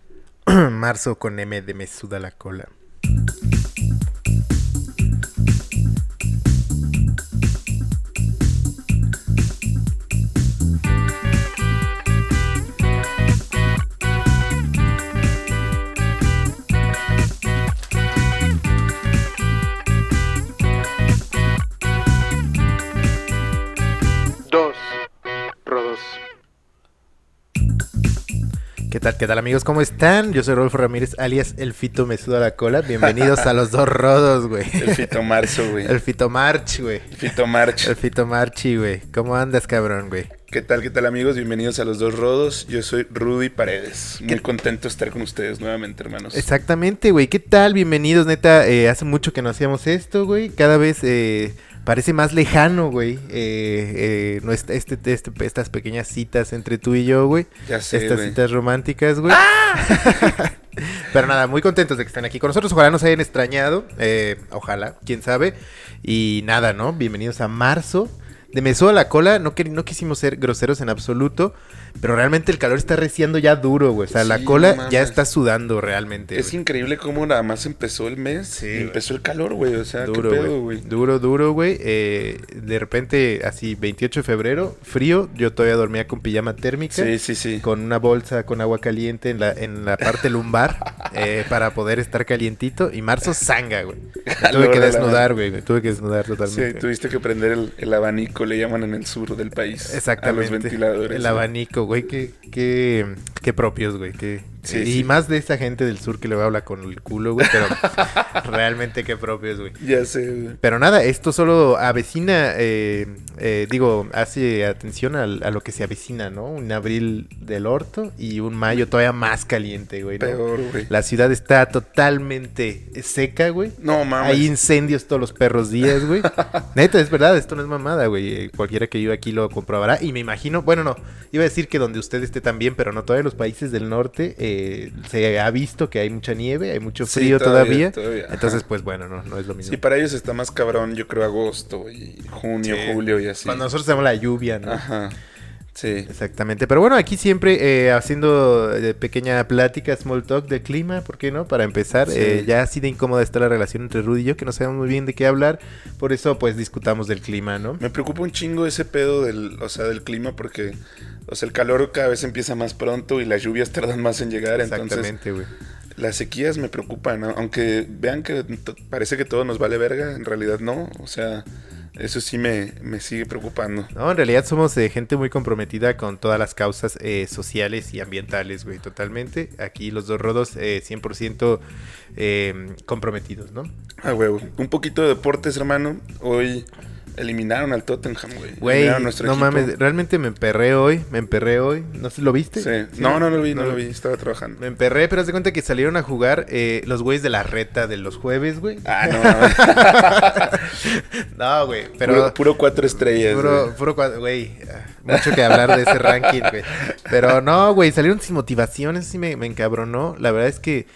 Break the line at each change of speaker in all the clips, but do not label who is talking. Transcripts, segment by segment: marzo con M de Me Suda la Cola.
Dos Rodos.
¿Qué tal, qué tal, amigos? ¿Cómo están? Yo soy Rolfo Ramírez, alias El Fito Me Suda la Cola. Bienvenidos a los dos rodos, güey.
El Fito Marzo, güey.
El
El
Fito March, güey.
Fito March.
El Fito Marchi, güey. ¿Cómo andas, cabrón, güey?
¿Qué tal, qué tal, amigos? Bienvenidos a Los Dos Rodos. Yo soy Rudy Paredes. Muy contento de estar con ustedes nuevamente, hermanos.
Exactamente, güey. ¿Qué tal? Bienvenidos, neta. Eh, hace mucho que no hacíamos esto, güey. Cada vez eh, parece más lejano, güey. eh, eh, nuestra- este, este- estas pequeñas citas entre tú y yo, güey.
Ya sé,
estas
güey. ¡Ah!
citas románticas, güey. Pero nada, muy contentos de que estén aquí con nosotros. Ojalá nos hayan extrañado. eh, ojalá, quién sabe. Y nada, ¿no? Bienvenidos a marzo. De meso a la cola, no, quer- no quisimos ser groseros en absoluto, pero realmente el calor está reciando ya duro, güey. O sea, la
Sí,
cola
no mames.
ya está sudando realmente.
Es
güey.
increíble cómo nada más empezó el mes.
Sí,
y
güey.
empezó el calor, güey. O sea,
Duro,
qué pedo,
güey.
güey.
Duro, duro, güey. Eh, de repente, así, 28 de febrero, frío. Yo todavía dormía con pijama térmica.
Sí, sí, sí.
Con una bolsa con agua caliente en la, en la parte lumbar eh, para poder estar calientito. Y marzo, zanga, güey. Me Tuve
Calor
que
de la
desnudar, güey. Me tuve que desnudar
Sí,
totalmente.
tuviste que prender el, el abanico, le llaman en el sur del país.
Exactamente.
A los ventiladores.
El
güey.
abanico, güey. Qué, qué, qué propios, güey. Qué...
Sí,
y
sí.
más de esta gente del sur que le habla con el culo, güey. Pero realmente qué propios, güey.
Ya sé, güey.
Pero nada, esto solo avecina, eh, eh, digo, hace atención al- a, lo que se avecina, ¿no? Un abril del orto y un mayo todavía más caliente, güey. ¿no?
Peor, güey.
La ciudad está totalmente seca, güey.
No, mames.
Hay incendios todos los perros días, güey. Neta, es verdad, esto no es mamada, güey. Eh, Cualquiera que viva aquí lo comprobará. Y me imagino, bueno, no, iba a decir que donde usted esté también, pero no, todavía en los países del norte eh, se ha visto que hay mucha nieve, hay mucho
Sí,
frío todavía.
todavía, todavía, ajá.
Entonces, pues bueno, no, no es lo mismo.
Sí, para ellos está más cabrón, yo creo, agosto y junio,
Sí.
julio y así.
Cuando nosotros tenemos la lluvia, ¿no?
Ajá. Sí.
Exactamente. Pero bueno, aquí siempre eh, haciendo eh, pequeña plática, small talk de clima, ¿por qué no? Para empezar,
Sí.
eh, ya así de incómoda está la relación entre Rudy y yo, que no sabemos muy bien de qué hablar. Por eso, pues, discutamos del clima, ¿no?
Me preocupa un chingo ese pedo del, o sea, del clima porque, o sea, el calor cada vez empieza más pronto y las lluvias tardan más en llegar, entonces
Exactamente, güey.
las sequías me preocupan, ¿no? aunque vean que t- parece que todo nos vale verga, en realidad no, o sea, eso sí me, me sigue preocupando.
No, en realidad somos eh, gente muy comprometida con todas las causas eh, sociales y ambientales, güey, totalmente. Aquí los dos rodos eh, 100% eh, comprometidos, ¿no?
Ah, huevo. Un poquito de deportes, hermano. Hoy eliminaron al Tottenham, güey.
Güey,
Eliminaron
no
nuestro equipo.
mames, realmente me emperré hoy, me emperré hoy. ¿No sé, lo viste?
Sí.
Sí,
No, no lo vi, no, lo vi, estaba trabajando.
Me emperré, pero haz de cuenta que salieron a jugar eh, los güeyes de la reta de los jueves, güey.
Ah, no, mames.
No, güey,
puro,
pero...
puro cuatro estrellas.
Puro,
güey.
puro cua- güey, ah, mucho que hablar de ese ranking, güey. Pero no, güey, salieron sin motivación, eso sí me, me encabronó. La verdad es que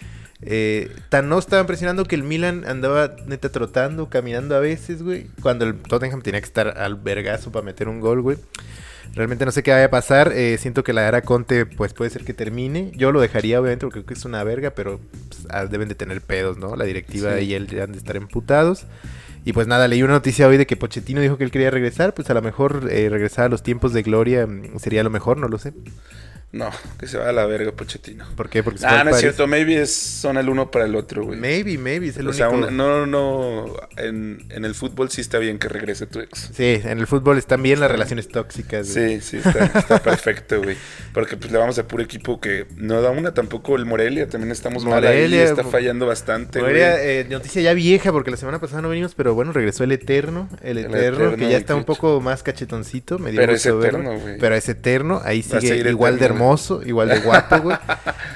eh, tan no estaban presionando que el Milan andaba neta trotando, caminando a veces, güey. Cuando el Tottenham tenía que estar al vergazo para meter un gol, güey. Realmente no sé qué vaya a pasar. eh, siento que la era Conte, pues puede ser que termine. Yo lo dejaría, obviamente, porque creo que es una verga, pero pues, ah, deben de tener pedos, ¿no? La directiva
Sí.
y él han de estar emputados. Y pues nada, leí una noticia hoy de que Pochettino dijo que él quería regresar. Pues a lo mejor eh, regresar a los tiempos de gloria mm, sería lo mejor, no lo sé.
No, que se va a la verga, Pochettino.
¿Por qué? Porque se fue
Ah,
al
no es
París.
cierto, maybe es, son el uno para el otro, güey.
Pues, Maybe, maybe, es el
o
único.
sea, un- no, no, en, en el fútbol sí está bien que regrese tu ex.
Sí, en el fútbol están bien las relaciones tóxicas. güey.
Sí, sí, está, está perfecto, güey. Porque pues le vamos a puro equipo que no da una tampoco. El Morelia también estamos mal
Morelia,
ahí, está
mo-
fallando bastante, güey.
Morelia, eh, noticia ya vieja, porque la semana pasada no venimos, pero bueno, regresó el Eterno, el
El
Eterno,
Eterno,
que ya está
el
un poco más cachetoncito, medio
Pero es eterno, güey.
Pero es Eterno, ahí
Va a
sigue
seguir
igual de
eterno, güey.
hermoso, igual de guapo, güey.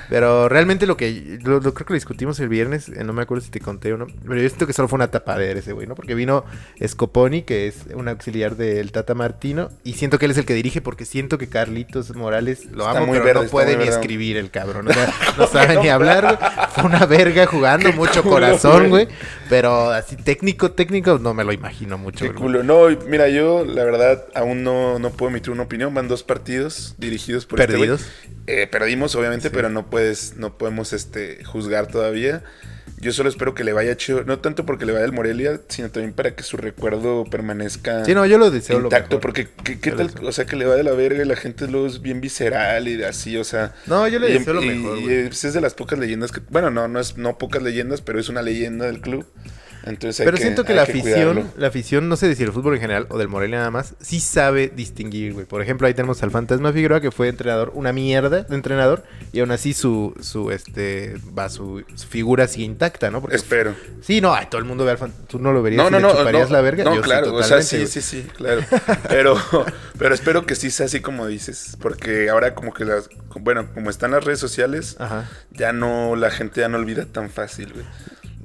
pero realmente lo que, lo, lo- creo que lo discutimos el viernes, eh, no me acuerdo si te conté o no, pero yo siento que solo fue una tapadera ese güey, ¿no? Porque vino Scoponi, que es un auxiliar del Tata Martino, y siento que él es el que dirige, porque siento que Carlitos Morales lo
Está
amo,
muy
pero
verde,
no
está
puede
muy
ni
verde.
escribir el cabrón, o sea, no sabe ni hablar, güey. Fue una verga jugando, mucho
culo,
corazón,
güey.
güey. Pero así técnico, técnico, no me lo imagino mucho.
Qué
güey.
culo. No, y mira, yo la verdad aún no, no puedo emitir una opinión. Van dos partidos dirigidos por este güey.
Perdidos.
Eh, perdimos, obviamente, pero no puedes, no podemos este, juzgar todavía. Yo solo espero que le vaya chido, no tanto porque le vaya el Morelia, sino también para que su recuerdo permanezca
Sí, no, yo lo deseo lo
intacto.
mejor.
porque, ¿qué, qué
Yo
tal?
lo deseo.
O sea, que le va de la verga y la gente luego es bien visceral y así, o sea.
No, yo le
y-
deseo lo
y-
mejor,
y,
güey.
pues, es de las pocas leyendas que. Bueno, no, no es no pocas leyendas, pero es una leyenda del club. Entonces hay
Pero siento que
hay
la afición,
cuidarlo.
la afición, no sé decir el fútbol en general o del Morelia nada más, sí sabe distinguir, güey. Por ejemplo, ahí tenemos al Fantasma Figueroa que fue entrenador, una mierda de entrenador, y aún así su, su, este, va, su, su figura sigue intacta, ¿no? Porque
Espero.
sí, no, ay, todo el mundo ve al Fantasma, tú no lo verías,
No,
y
no,
le
no.
chuparías
no,
la verga.
No,
Yo sí,
claro. o sea,
totalmente,
sí,
güey.
sí, sí, claro. Pero, pero espero que sí sea así como dices. Porque ahora como que las... Bueno, como están las redes sociales,
Ajá.
ya no... La gente ya no olvida tan fácil, güey.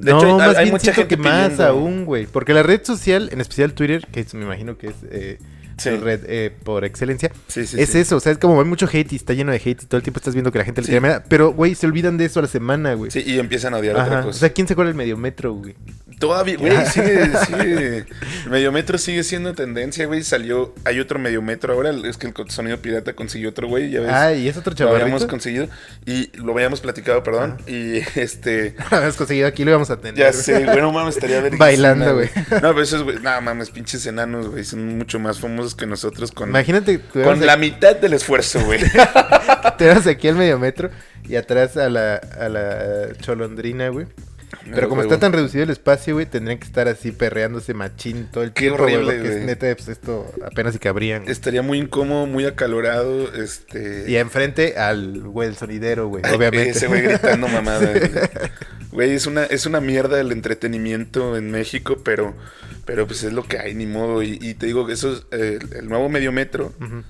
no, más bien siento que más
pidiendo-
aún, güey. Porque la red social, en especial Twitter, que es- me imagino que es eh,
Sí.
su red eh, por excelencia,
Sí, sí,
es
sí.
eso, o sea, es como hay mucho hate y está lleno de hate y todo el tiempo estás viendo que la gente le
Sí.
tira mierda. Pero, güey, se olvidan de eso a la semana, güey.
Sí, y empiezan a odiar otra
Ajá. O
cosa.
sea, ¿quién se acuerda del mediometro, güey?
Todavía, güey, sigue, sigue. El mediometro sigue siendo tendencia, güey. Salió, hay otro mediometro ahora. Es que el sonido pirata consiguió otro, güey. Ya ves.
Ah, y es otro
lo habíamos
chaval.
conseguido. Y lo habíamos platicado, perdón. Y este.
habíamos conseguido aquí, lo íbamos a tener.
Ya sé, güey, no mames, estaría verguísima,
Bailando,
No, pero esos, güey, nada mames, pinches enanos, güey, son mucho más famosos que nosotros con,
Imagínate, te vas,
con la mitad del esfuerzo, güey.
aquí al mediometro y atrás a la, a la cholondrina, güey. Pero como está tan reducido el espacio, güey, tendrían que estar así perreándose machín todo el
Qué
tiempo, güey,
horrible,
porque
güey.
es neta, pues esto apenas si cabrían. güey.
Estaría muy incómodo, muy acalorado, este...
Y enfrente al güey el sonidero, güey,
Ay,
obviamente.
Ese güey gritando mamada.
Sí.
güey. Güey, es una, es una mierda el entretenimiento en México, pero, pero pues es lo que hay, ni modo. Y, y te digo que eso es, eh, el nuevo mediometro
Ujú.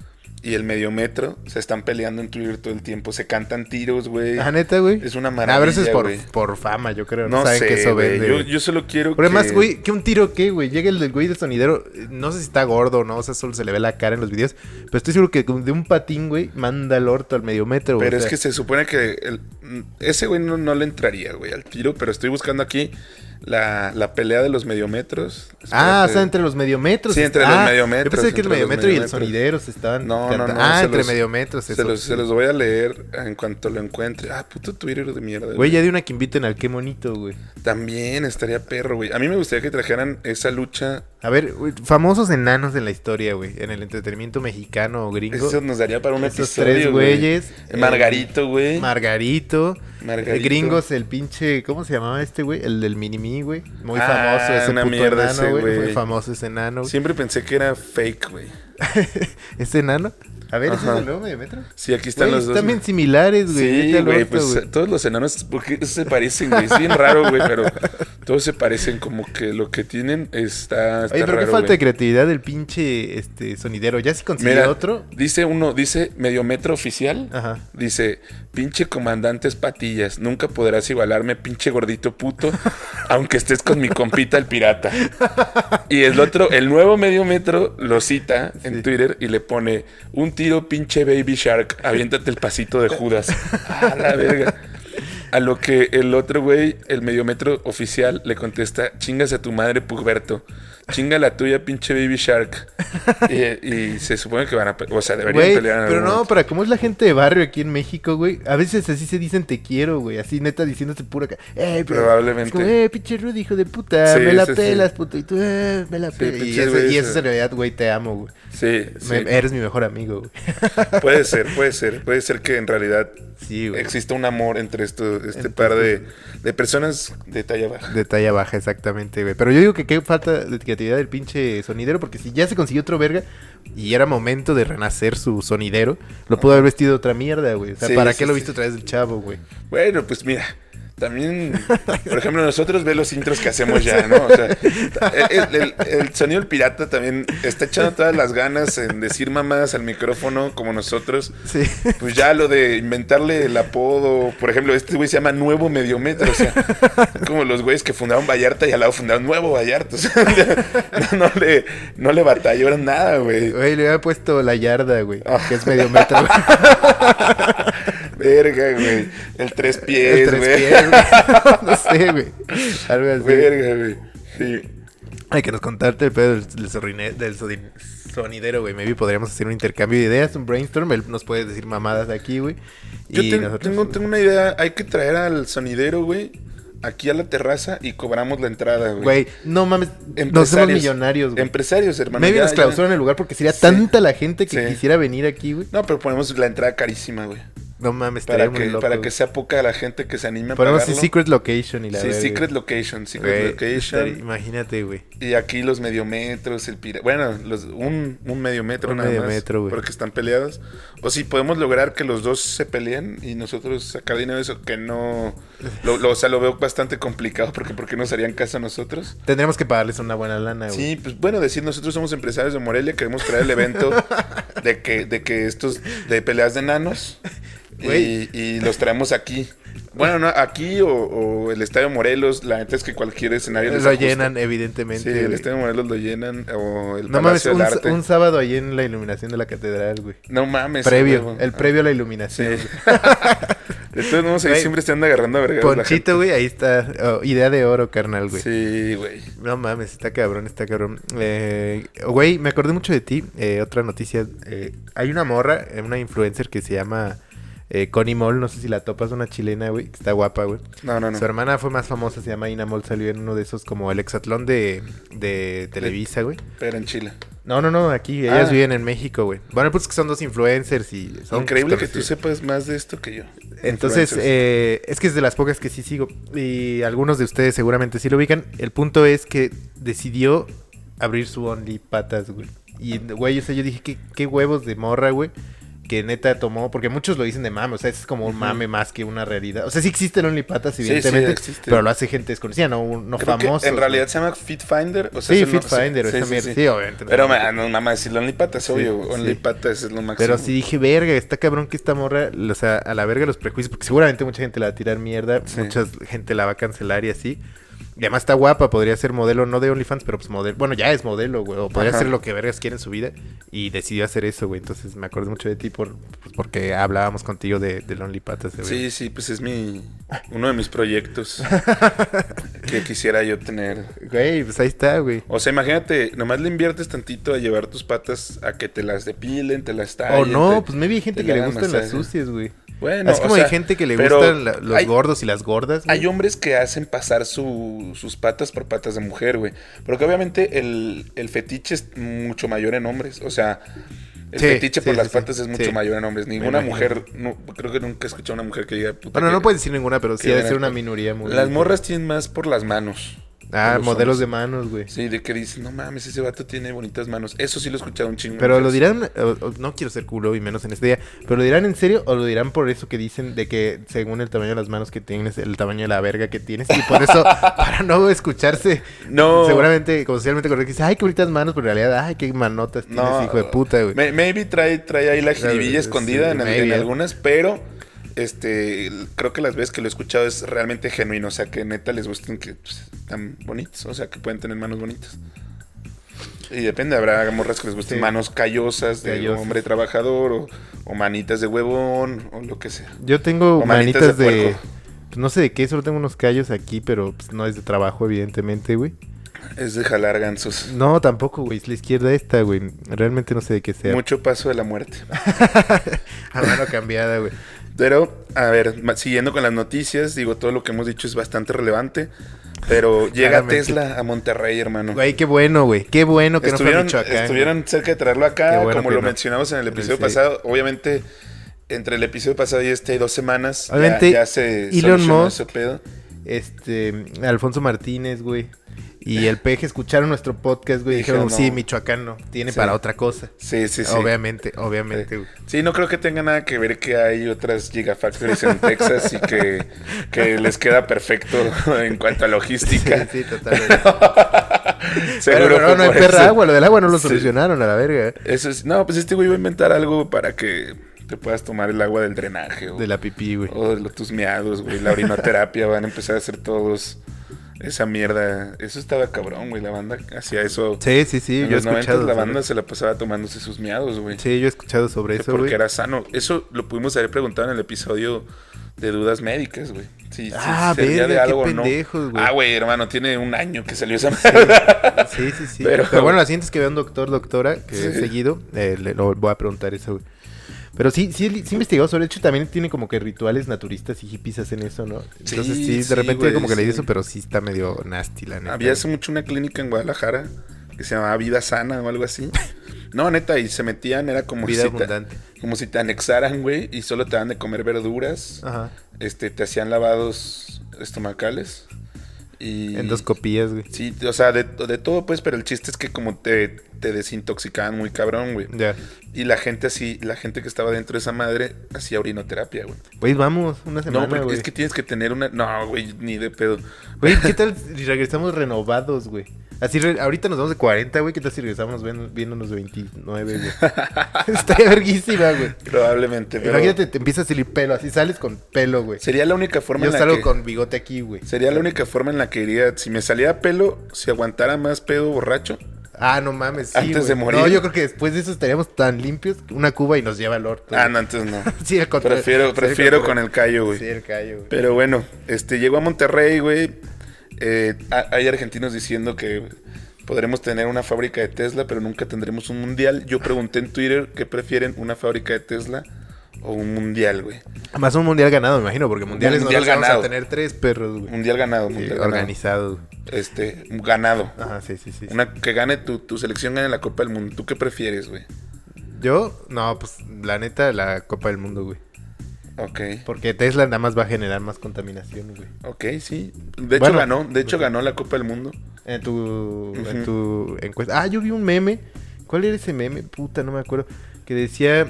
y el mediometro se están peleando en Twitter todo el tiempo. Se cantan tiros, güey.
Ah, neta, güey.
Es una
Ah, pero eso es
maravilla,
por,
güey.
por fama, yo creo. No,
No
saben
sé,
que eso
güey.
vende.
Yo,
güey.
yo solo quiero
Pero además,
que-
güey, que un tiro qué, güey. Llega el del güey del sonidero. eh, No sé si está gordo o no, o sea, solo se le ve la cara en los videos. Pero estoy seguro que con- de un patín, güey, manda el orto al mediometro, güey.
Pero
o
es
sea.
que se supone que el- ese güey no, no le entraría, güey, al tiro. Pero estoy buscando aquí la, la pelea de los mediometros.
Ah, o sea,
Espérate.
entre los mediometros.
Sí, entre
Ah,
los mediometros,
Yo pensé que el
entre los
mediometro y el
mediometros.
sonidero se estaban.
No, no, no,
Ah,
se
entre
los-
mediometros.
Se
eso,
los,
sí.
se los voy a leer en cuanto lo encuentre. Ah, puto Twitter de mierda.
Güey,
Güey.
ya de una que inviten al qué monito, güey.
También estaría perro, güey. A mí me gustaría que trajeran esa lucha.
A ver, güey, famosos enanos en la historia, güey. En el entretenimiento mexicano o gringo.
Eso nos daría para un
Esos
episodio.
tres
güey.
güeyes,
Eh, Margarito, güey.
Margarito.
Margarito.
eh, Gringos, el pinche. ¿Cómo se llamaba este, güey? El del Minimi, güey. Muy
Ah,
famoso ese
una
puto
mierda
enano,
ese,
güey. Muy
güey.
famoso ese enano. güey.
Siempre pensé que era fake, güey.
¿Ese enano? A ver, ¿ese
Ajá.
es el nuevo mediometro?
Sí, aquí están
Güey,
los dos.
Están
güey.
bien similares, güey.
Sí,
vete al
güey,
orto,
pues
güey.
todos los enanos porque se parecen, güey. Es bien raro, güey, pero todos se parecen como que lo que tienen está, está
Oye, pero qué
raro,
falta
güey.
de creatividad del pinche este, sonidero. ¿Ya se consiguió
Mira,
otro?
dice uno, dice mediometro oficial.
Ajá.
Dice, pinche comandantes patillas, nunca podrás igualarme, pinche gordito puto, aunque estés con mi compita el pirata. Y el otro, el nuevo medio metro, lo cita
Sí.
en Twitter y le pone, un tiro pinche baby shark, aviéntate el pasito de Judas. A la verga. A lo que el otro güey, el mediometro oficial, le contesta, chingas a tu madre, Pugberto. Chinga la tuya, pinche baby shark. Y, y se supone que van a... pe- O sea, deberían
Güey,
pelear. en
pero
algún
no,
momento.
para cómo es la gente de barrio aquí en México, güey. A veces así se dicen te quiero, güey. Así neta diciéndose pura. ca- Eh, pero-
Probablemente.
es como, eh, pinche Rudy, hijo de puta.
Sí,
me la
sí, sí.
pelas, puto. Y tú, eh, me la pelas. y
pinche
eso,
güey,
y eso es
sí.
en realidad, güey, te amo, güey.
eh. Sí,
Me-
sí.
eres mi mejor amigo, güey.
Puede ser, puede ser. Puede ser que en realidad
Sí, güey.
exista un amor entre esto, este par de, de personas de talla baja.
De talla baja, exactamente, güey. Pero yo digo que qué falta de creatividad del pinche sonidero, porque si ya se consiguió otro verga y era momento de renacer su sonidero, lo pudo haber vestido de otra mierda, güey. O sea,
Sí,
¿para
sí,
qué lo
sí.
viste otra vez el chavo, güey?
Bueno, pues mira. También, por ejemplo, nosotros ve los intros que hacemos ya, ¿no? O sea, el, el- el sonido del pirata también está echando todas las ganas en decir mamadas al micrófono como nosotros.
Sí.
Pues ya lo de inventarle el apodo, por ejemplo, este güey se llama Nuevo Mediometro, o sea, como los güeyes que fundaron Vallarta y al lado fundaron Nuevo Vallarta, o sea, no, no le, no le batallaron nada, güey.
Güey, le había puesto la yarda, güey.
Ah.
Que es medio metro, güey.
Verga, güey. El tres
El
pies,
tres
güey.
pies, güey. no sé, güey. Algo así.
Verga, güey. Sí.
Hay que nos contarte el pedo del, del sorrine- del sodin- sonidero, güey. Maybe podríamos hacer un intercambio de ideas, un brainstorm. Él nos puede decir mamadas de aquí, güey.
Yo
Y
ten-
nosotros-
tengo, tengo una idea. Hay que traer al sonidero, güey, aquí a la terraza y cobramos la entrada, güey.
Güey, no mames. Nos
Empresarios.
hacemos millonarios, güey.
Empresarios, hermano.
Maybe
ya-
nos
ya-
clausuran el lugar porque sería
Sí.
tanta la gente que
Sí.
quisiera venir aquí, güey.
No, pero ponemos la entrada carísima, güey.
No mames, estaría
Para
muy
que,
loco.
para que
güey.
sea poca la gente que se anime a
Ponemos sí,
pagarlo.
Secret Location y la
Sí,
verga,
Secret
güey.
Location, Secret
Güey,
Location.
estaría- Imagínate, güey.
Y aquí los mediometros, el pira... Bueno, los, un, un medio metro
Un
nada
medio
más.
metro, güey.
Porque están peleados. O si podemos lograr que los dos se peleen y nosotros sacar dinero de eso, que no... Lo, lo- o sea, lo veo bastante complicado porque ¿por qué nos harían caso a nosotros?
Tendríamos que pagarles una buena lana, Ah, güey.
Sí, pues bueno, decir nosotros somos empresarios de Morelia, queremos traer el evento de que, de que estos, de peleas de nanos, y,
Güey.
y los traemos aquí. Bueno, no, aquí o, o el Estadio Morelos, la neta es que cualquier escenario les
Lo
ajusta.
llenan,
Sí,
evidentemente.
el
güey.
Estadio Morelos lo llenan o el
No mames,
Palacio
un,
del Arte.
un sábado ahí en la iluminación de la catedral, güey.
No mames.
Previo,
huevo.
el previo a la
Sí.
iluminación. güey.
de todos modos, ahí
Güey.
siempre están agarrando a vergas la
Ponchito, güey, ahí está. oh, idea de oro, carnal,
gente.
güey.
Sí, güey.
No mames, está cabrón, está cabrón. Eh, güey, me acordé mucho de ti. Eh, otra noticia. eh, hay una morra, eh, una influencer que se llama eh, Connie Moll. No sé si la topas, una chilena, güey. Que está guapa, güey.
No, Ah, no, no.
Su hermana fue más famosa, se llama Ina Moll. Salió en uno de esos como el hexatlón de, de Televisa, güey.
Pero en Chile.
No, no, no, aquí. Ellas
Ah.
viven en México, güey. Bueno, el punto es que son dos influencers y son...
Increíble que tú
conocidas.
sepas más de esto que yo.
Entonces,
Influencers.
eh, es que es de las pocas que sí sigo. Y algunos de ustedes seguramente sí lo ubican. El punto es que decidió abrir su Only Patas, güey. Y, güey, o sea, yo dije, ¿qué, qué huevos de morra, güey. Que neta tomó, porque muchos lo dicen de mame, o sea, es como un
Ujú.
mame más que una realidad. O sea, sí existe el Only Patas,
Sí, sí,
evidentemente,
existe.
pero lo hace gente desconocida, no, no
Creo que
famosos,
en realidad
güey.
se llama Fit Finder. O sea,
Sí,
eso no-
Fit Finder, esa mierda. Sí, obviamente. no
Pero
sé.
ma- no mamá, decirlo Only Patas,
Sí,
obvio.
sí.
Only Patas es lo máximo.
Pero sí dije, verga, está cabrón que esta morra, o sea, a la verga los prejuicios, porque seguramente mucha gente la va a tirar mierda,
Sí.
mucha gente la va a cancelar y así. Y además está guapa, podría ser modelo, no de OnlyFans, pero pues modelo. Bueno, ya es modelo, güey. O podría
Ajá.
hacer lo que vergas quiere en su vida. Y decidió hacer eso, güey. Entonces me acordé mucho de ti por, pues, porque hablábamos contigo de, del OnlyPatas, güey.
Sí, sí, pues es mi uno de mis proyectos que quisiera yo tener.
Güey, pues ahí está, güey.
O sea, imagínate, nomás le inviertes tantito a llevar tus patas a que te las depilen, te las tallen.
o no,
te-
pues maybe hay gente
te
que le
hagan
gustan las
masaje.
sucias, güey.
Bueno,
es como
o sea,
hay gente que le
pero
gustan la- los
hay-
gordos y las gordas. güey.
Hay hombres que hacen pasar su- sus patas por patas de mujer, güey. Porque obviamente el, el fetiche es mucho mayor en hombres. O sea, el
Sí,
fetiche
sí,
por
sí,
las
sí.
patas es mucho
Sí.
mayor en hombres.
Me
Ninguna
imagino.
mujer, no, creo que nunca he escuchado a una mujer que diga... puta,
Bueno, no
que-
puedes decir ninguna, pero sí
que
ha de
verán,
ser una
pues,
minoría muy.
Las morras tienen más por las manos.
Ah,
los
modelos
hombres.
de manos, güey.
Sí, de que dicen, no mames, ese vato tiene bonitas manos. Eso sí lo he escuchado un chingo.
Pero lo
Entonces,
dirán, o- o- no quiero ser culo y menos en este día, pero lo dirán en serio o lo dirán por eso que dicen de que según el tamaño de las manos que tienes, el tamaño de la verga que tienes, y por eso, para no escucharse,
No.
seguramente, como socialmente correcto, que dices, ay, qué bonitas manos, pero en realidad, ay, qué manotas tienes,
No,
hijo de puta, güey.
may- Maybe trae, trae ahí la jiribilla
Sí,
escondida en, en
maybe.
algunas, pero este l- creo que las veces que lo he escuchado es realmente genuino. O sea, que neta les gustan que pues, están bonitos. O sea, que pueden tener manos bonitas. Y depende, habrá morras que les gusten
Sí.
manos callosas de
Callosas.
hombre trabajador o, o manitas de huevón o lo que sea.
Yo tengo
O manitas
manitas
de
de.
puerco.
pues, no sé de qué, solo tengo unos callos aquí, pero pues, no es de trabajo, evidentemente, güey.
Es de jalar gansos.
No, tampoco, güey, es la izquierda esta, güey. Realmente no sé de qué sea.
Mucho paso de la muerte.
A mano cambiada, güey.
Pero, a ver, ma- siguiendo con las noticias, digo, todo lo que hemos dicho es bastante relevante. Pero llega
Claramente.
Tesla a Monterrey, hermano.
Güey, qué bueno, güey. Qué bueno que
estuvieron,
no fue a Michoacán.
estuvieron cerca de traerlo acá,
Qué bueno
como
que
lo
no.
mencionamos en el episodio
Sí.
pasado. Obviamente, entre el episodio pasado y este hay dos semanas, ya-
Obviamente,
ya, se
Elon
solucionó
Musk-
ese pedo.
Este, Alfonso Martínez, güey. Y el peje escucharon nuestro podcast, güey. y
Dijeron,
Dijeron, sí,
no.
Michoacán no. Tiene
Sí.
para otra cosa.
Sí, sí, sí.
Obviamente, obviamente, güey.
Sí, no creo que tenga nada que ver que hay otras gigafactories en Texas y que, que les queda perfecto en cuanto a logística.
Sí, sí, totalmente. Pero,
Seguro
no, no
fue
hay
por
perra
eso.
agua. Lo del agua no lo
Sí.
solucionaron a la verga. ¿eh?
Eso es, no, pues este güey va a inventar algo para que te puedas tomar el agua del drenaje o,
De la pipí, güey.
o de los tus miados, güey. La orinoterapia van a empezar a hacer todos esa mierda. Eso estaba cabrón, güey. La banda hacía eso.
Sí, sí, sí.
en
yo he
los 90
escuchado.
la
sobre-
banda se la pasaba tomándose sus miados, güey.
Sí, yo he escuchado
Que
sobre eso,
porque
güey.
era sano. Eso lo pudimos haber preguntado en el episodio de dudas médicas, güey. Sí, sí,
Ah,
servía
verga,
de
qué
algo, ¿no?
pendejos, güey.
Ah, güey, hermano, tiene un año que salió esa madre.
Sí, sí, sí.
Pero-
Pero, bueno, la siguiente es que vea un doctor, doctora, que es seguido, eh, le lo voy a preguntar eso, güey. Pero sí, sí, sí he investigado sobre el hecho, también tiene como que rituales naturistas y hippies hacen eso, ¿no? Entonces
Sí,
sí, de
sí,
repente
güey,
como que leí
sí.
eso, pero sí está medio nasty, la neta.
Había hace mucho una clínica en Guadalajara que se llamaba Vida Sana o algo así. No, neta, y se metían, era como
Vida
si
abundante.
Te, como si te anexaran, güey, y solo te daban de comer verduras.
Ajá.
Este, te hacían lavados estomacales. Y.
Endoscopías, güey.
Sí, o sea, de, de todo, pues, pero el chiste es que como te, te desintoxicaban muy cabrón, güey.
Ya.
Y la gente así, la gente que estaba dentro de esa madre hacía orinoterapia, güey.
Güey, vamos, una semana,
No, pero
güey.
es que tienes que tener una. No, güey, ni de pedo.
Güey, ¿qué tal si regresamos renovados, güey? Así, re- ahorita nos vamos de 40, güey. ¿Qué tal si regresamos ven- viéndonos de 29, güey? Está verguísima, güey.
Probablemente, pero.
Eh, Imagínate, te empieza a salir pelo, así sales con pelo, güey.
Sería la única forma
Yo
en la
salgo
que.
con bigote aquí, güey.
Sería la única forma en la que iría. Si me saliera pelo, si aguantara más pedo borracho.
Ah, no mames, sí,
Antes
güey.
de morir.
No, yo creo que después de eso estaríamos tan limpios, una cuba y nos lleva al orto.
Ah,
güey.
no, entonces no.
Sí, al contrario.
Prefiero,
Sí,
prefiero
al
con
contrario.
el callo, güey.
Sí, el callo, güey.
Pero bueno, este llegó a Monterrey, güey. Eh, ha- hay argentinos diciendo que podremos tener una fábrica de Tesla, pero nunca tendremos un mundial. Yo pregunté en Twitter qué prefieren, una fábrica de Tesla o un mundial, güey.
Más un mundial ganado, me imagino, porque mundiales
mundial
no los
ganado.
vamos a tener tres perros, güey.
Mundial ganado,
Sí,
mundial ganado.
organizados. güey.
Este, ganado.
Ajá, sí, sí, sí. sí.
Una que gane tu, tu selección gane la Copa del Mundo. ¿Tú qué prefieres, güey?
Yo, no, pues la neta, la Copa del Mundo, güey.
Ok.
Porque Tesla nada más va a generar más contaminación, güey.
Ok, sí. De hecho
Bueno. pues,
ganó, de hecho ganó la Copa del Mundo.
En tu,
Ujú.
en tu encuesta. Ah, yo vi un meme. ¿Cuál era ese meme? Puta, no me acuerdo. Que decía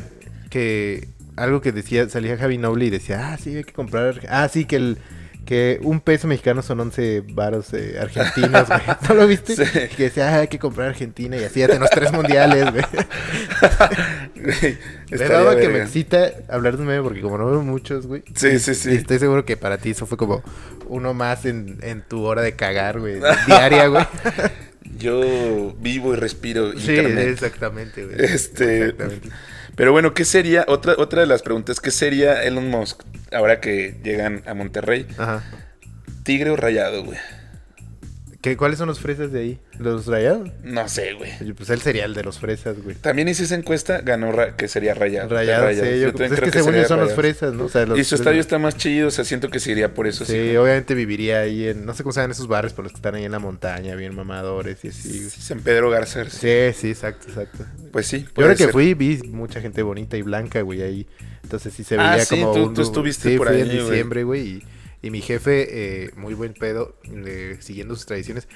que algo que decía, salía Javi Noble y decía, ah, sí, hay que comprar. Ah, sí, que el que un peso mexicano son 11 varos eh, argentinos, güey. ¿No lo viste?
Sí.
Que decía, ah, hay que comprar Argentina y así ya tenemos tres mundiales, güey.
Güey,
Me
estaría
daba que me
verga.
excita hablar de un meme porque como no veo muchos, güey.
Sí, sí, sí.
Y Estoy seguro que para ti eso fue como uno más en, en tu hora de cagar, güey. Diaria, güey.
Yo vivo y respiro
Sí,
internet.
exactamente, güey.
Este-
Exactamente.
Pero bueno, ¿qué sería? Otra, otra de las preguntas, ¿qué sería Elon Musk ahora que llegan a Monterrey?
Ajá.
¿Tigre o rayado, güey?
¿Qué, ¿Cuáles son los fresas de ahí? ¿Los rayados?
No sé, güey.
Oye, Pues él sería el de los fresas, güey.
También hice esa encuesta, ganó ra- que sería rayado.
Rayados,
Rayados.
sí. Yo,
también
pues es
creo
que, según
sería
ellos son los
rayados.
fresas, ¿no? O sea, los
Y su
fresas-
estadio está más chido, o sea, siento que se iría por eso.
Sí,
así como-
obviamente viviría ahí en... No sé cómo se llaman esos barrios, pero los que están ahí en la montaña, bien mamadores y así, güey.
San Pedro Garza.
Sí, sí, exacto, exacto.
Pues sí.
Yo
puede
ahora que
ser.
fui vi mucha gente bonita y blanca, güey, ahí. Entonces sí se
Ah,
veía
sí,
como
tú-
un...
tú estuviste
sí,
por
fui
ahí,
en
güey.
diciembre, güey, y, y mi jefe, eh, muy buen pedo, eh, siguiendo sus tradiciones,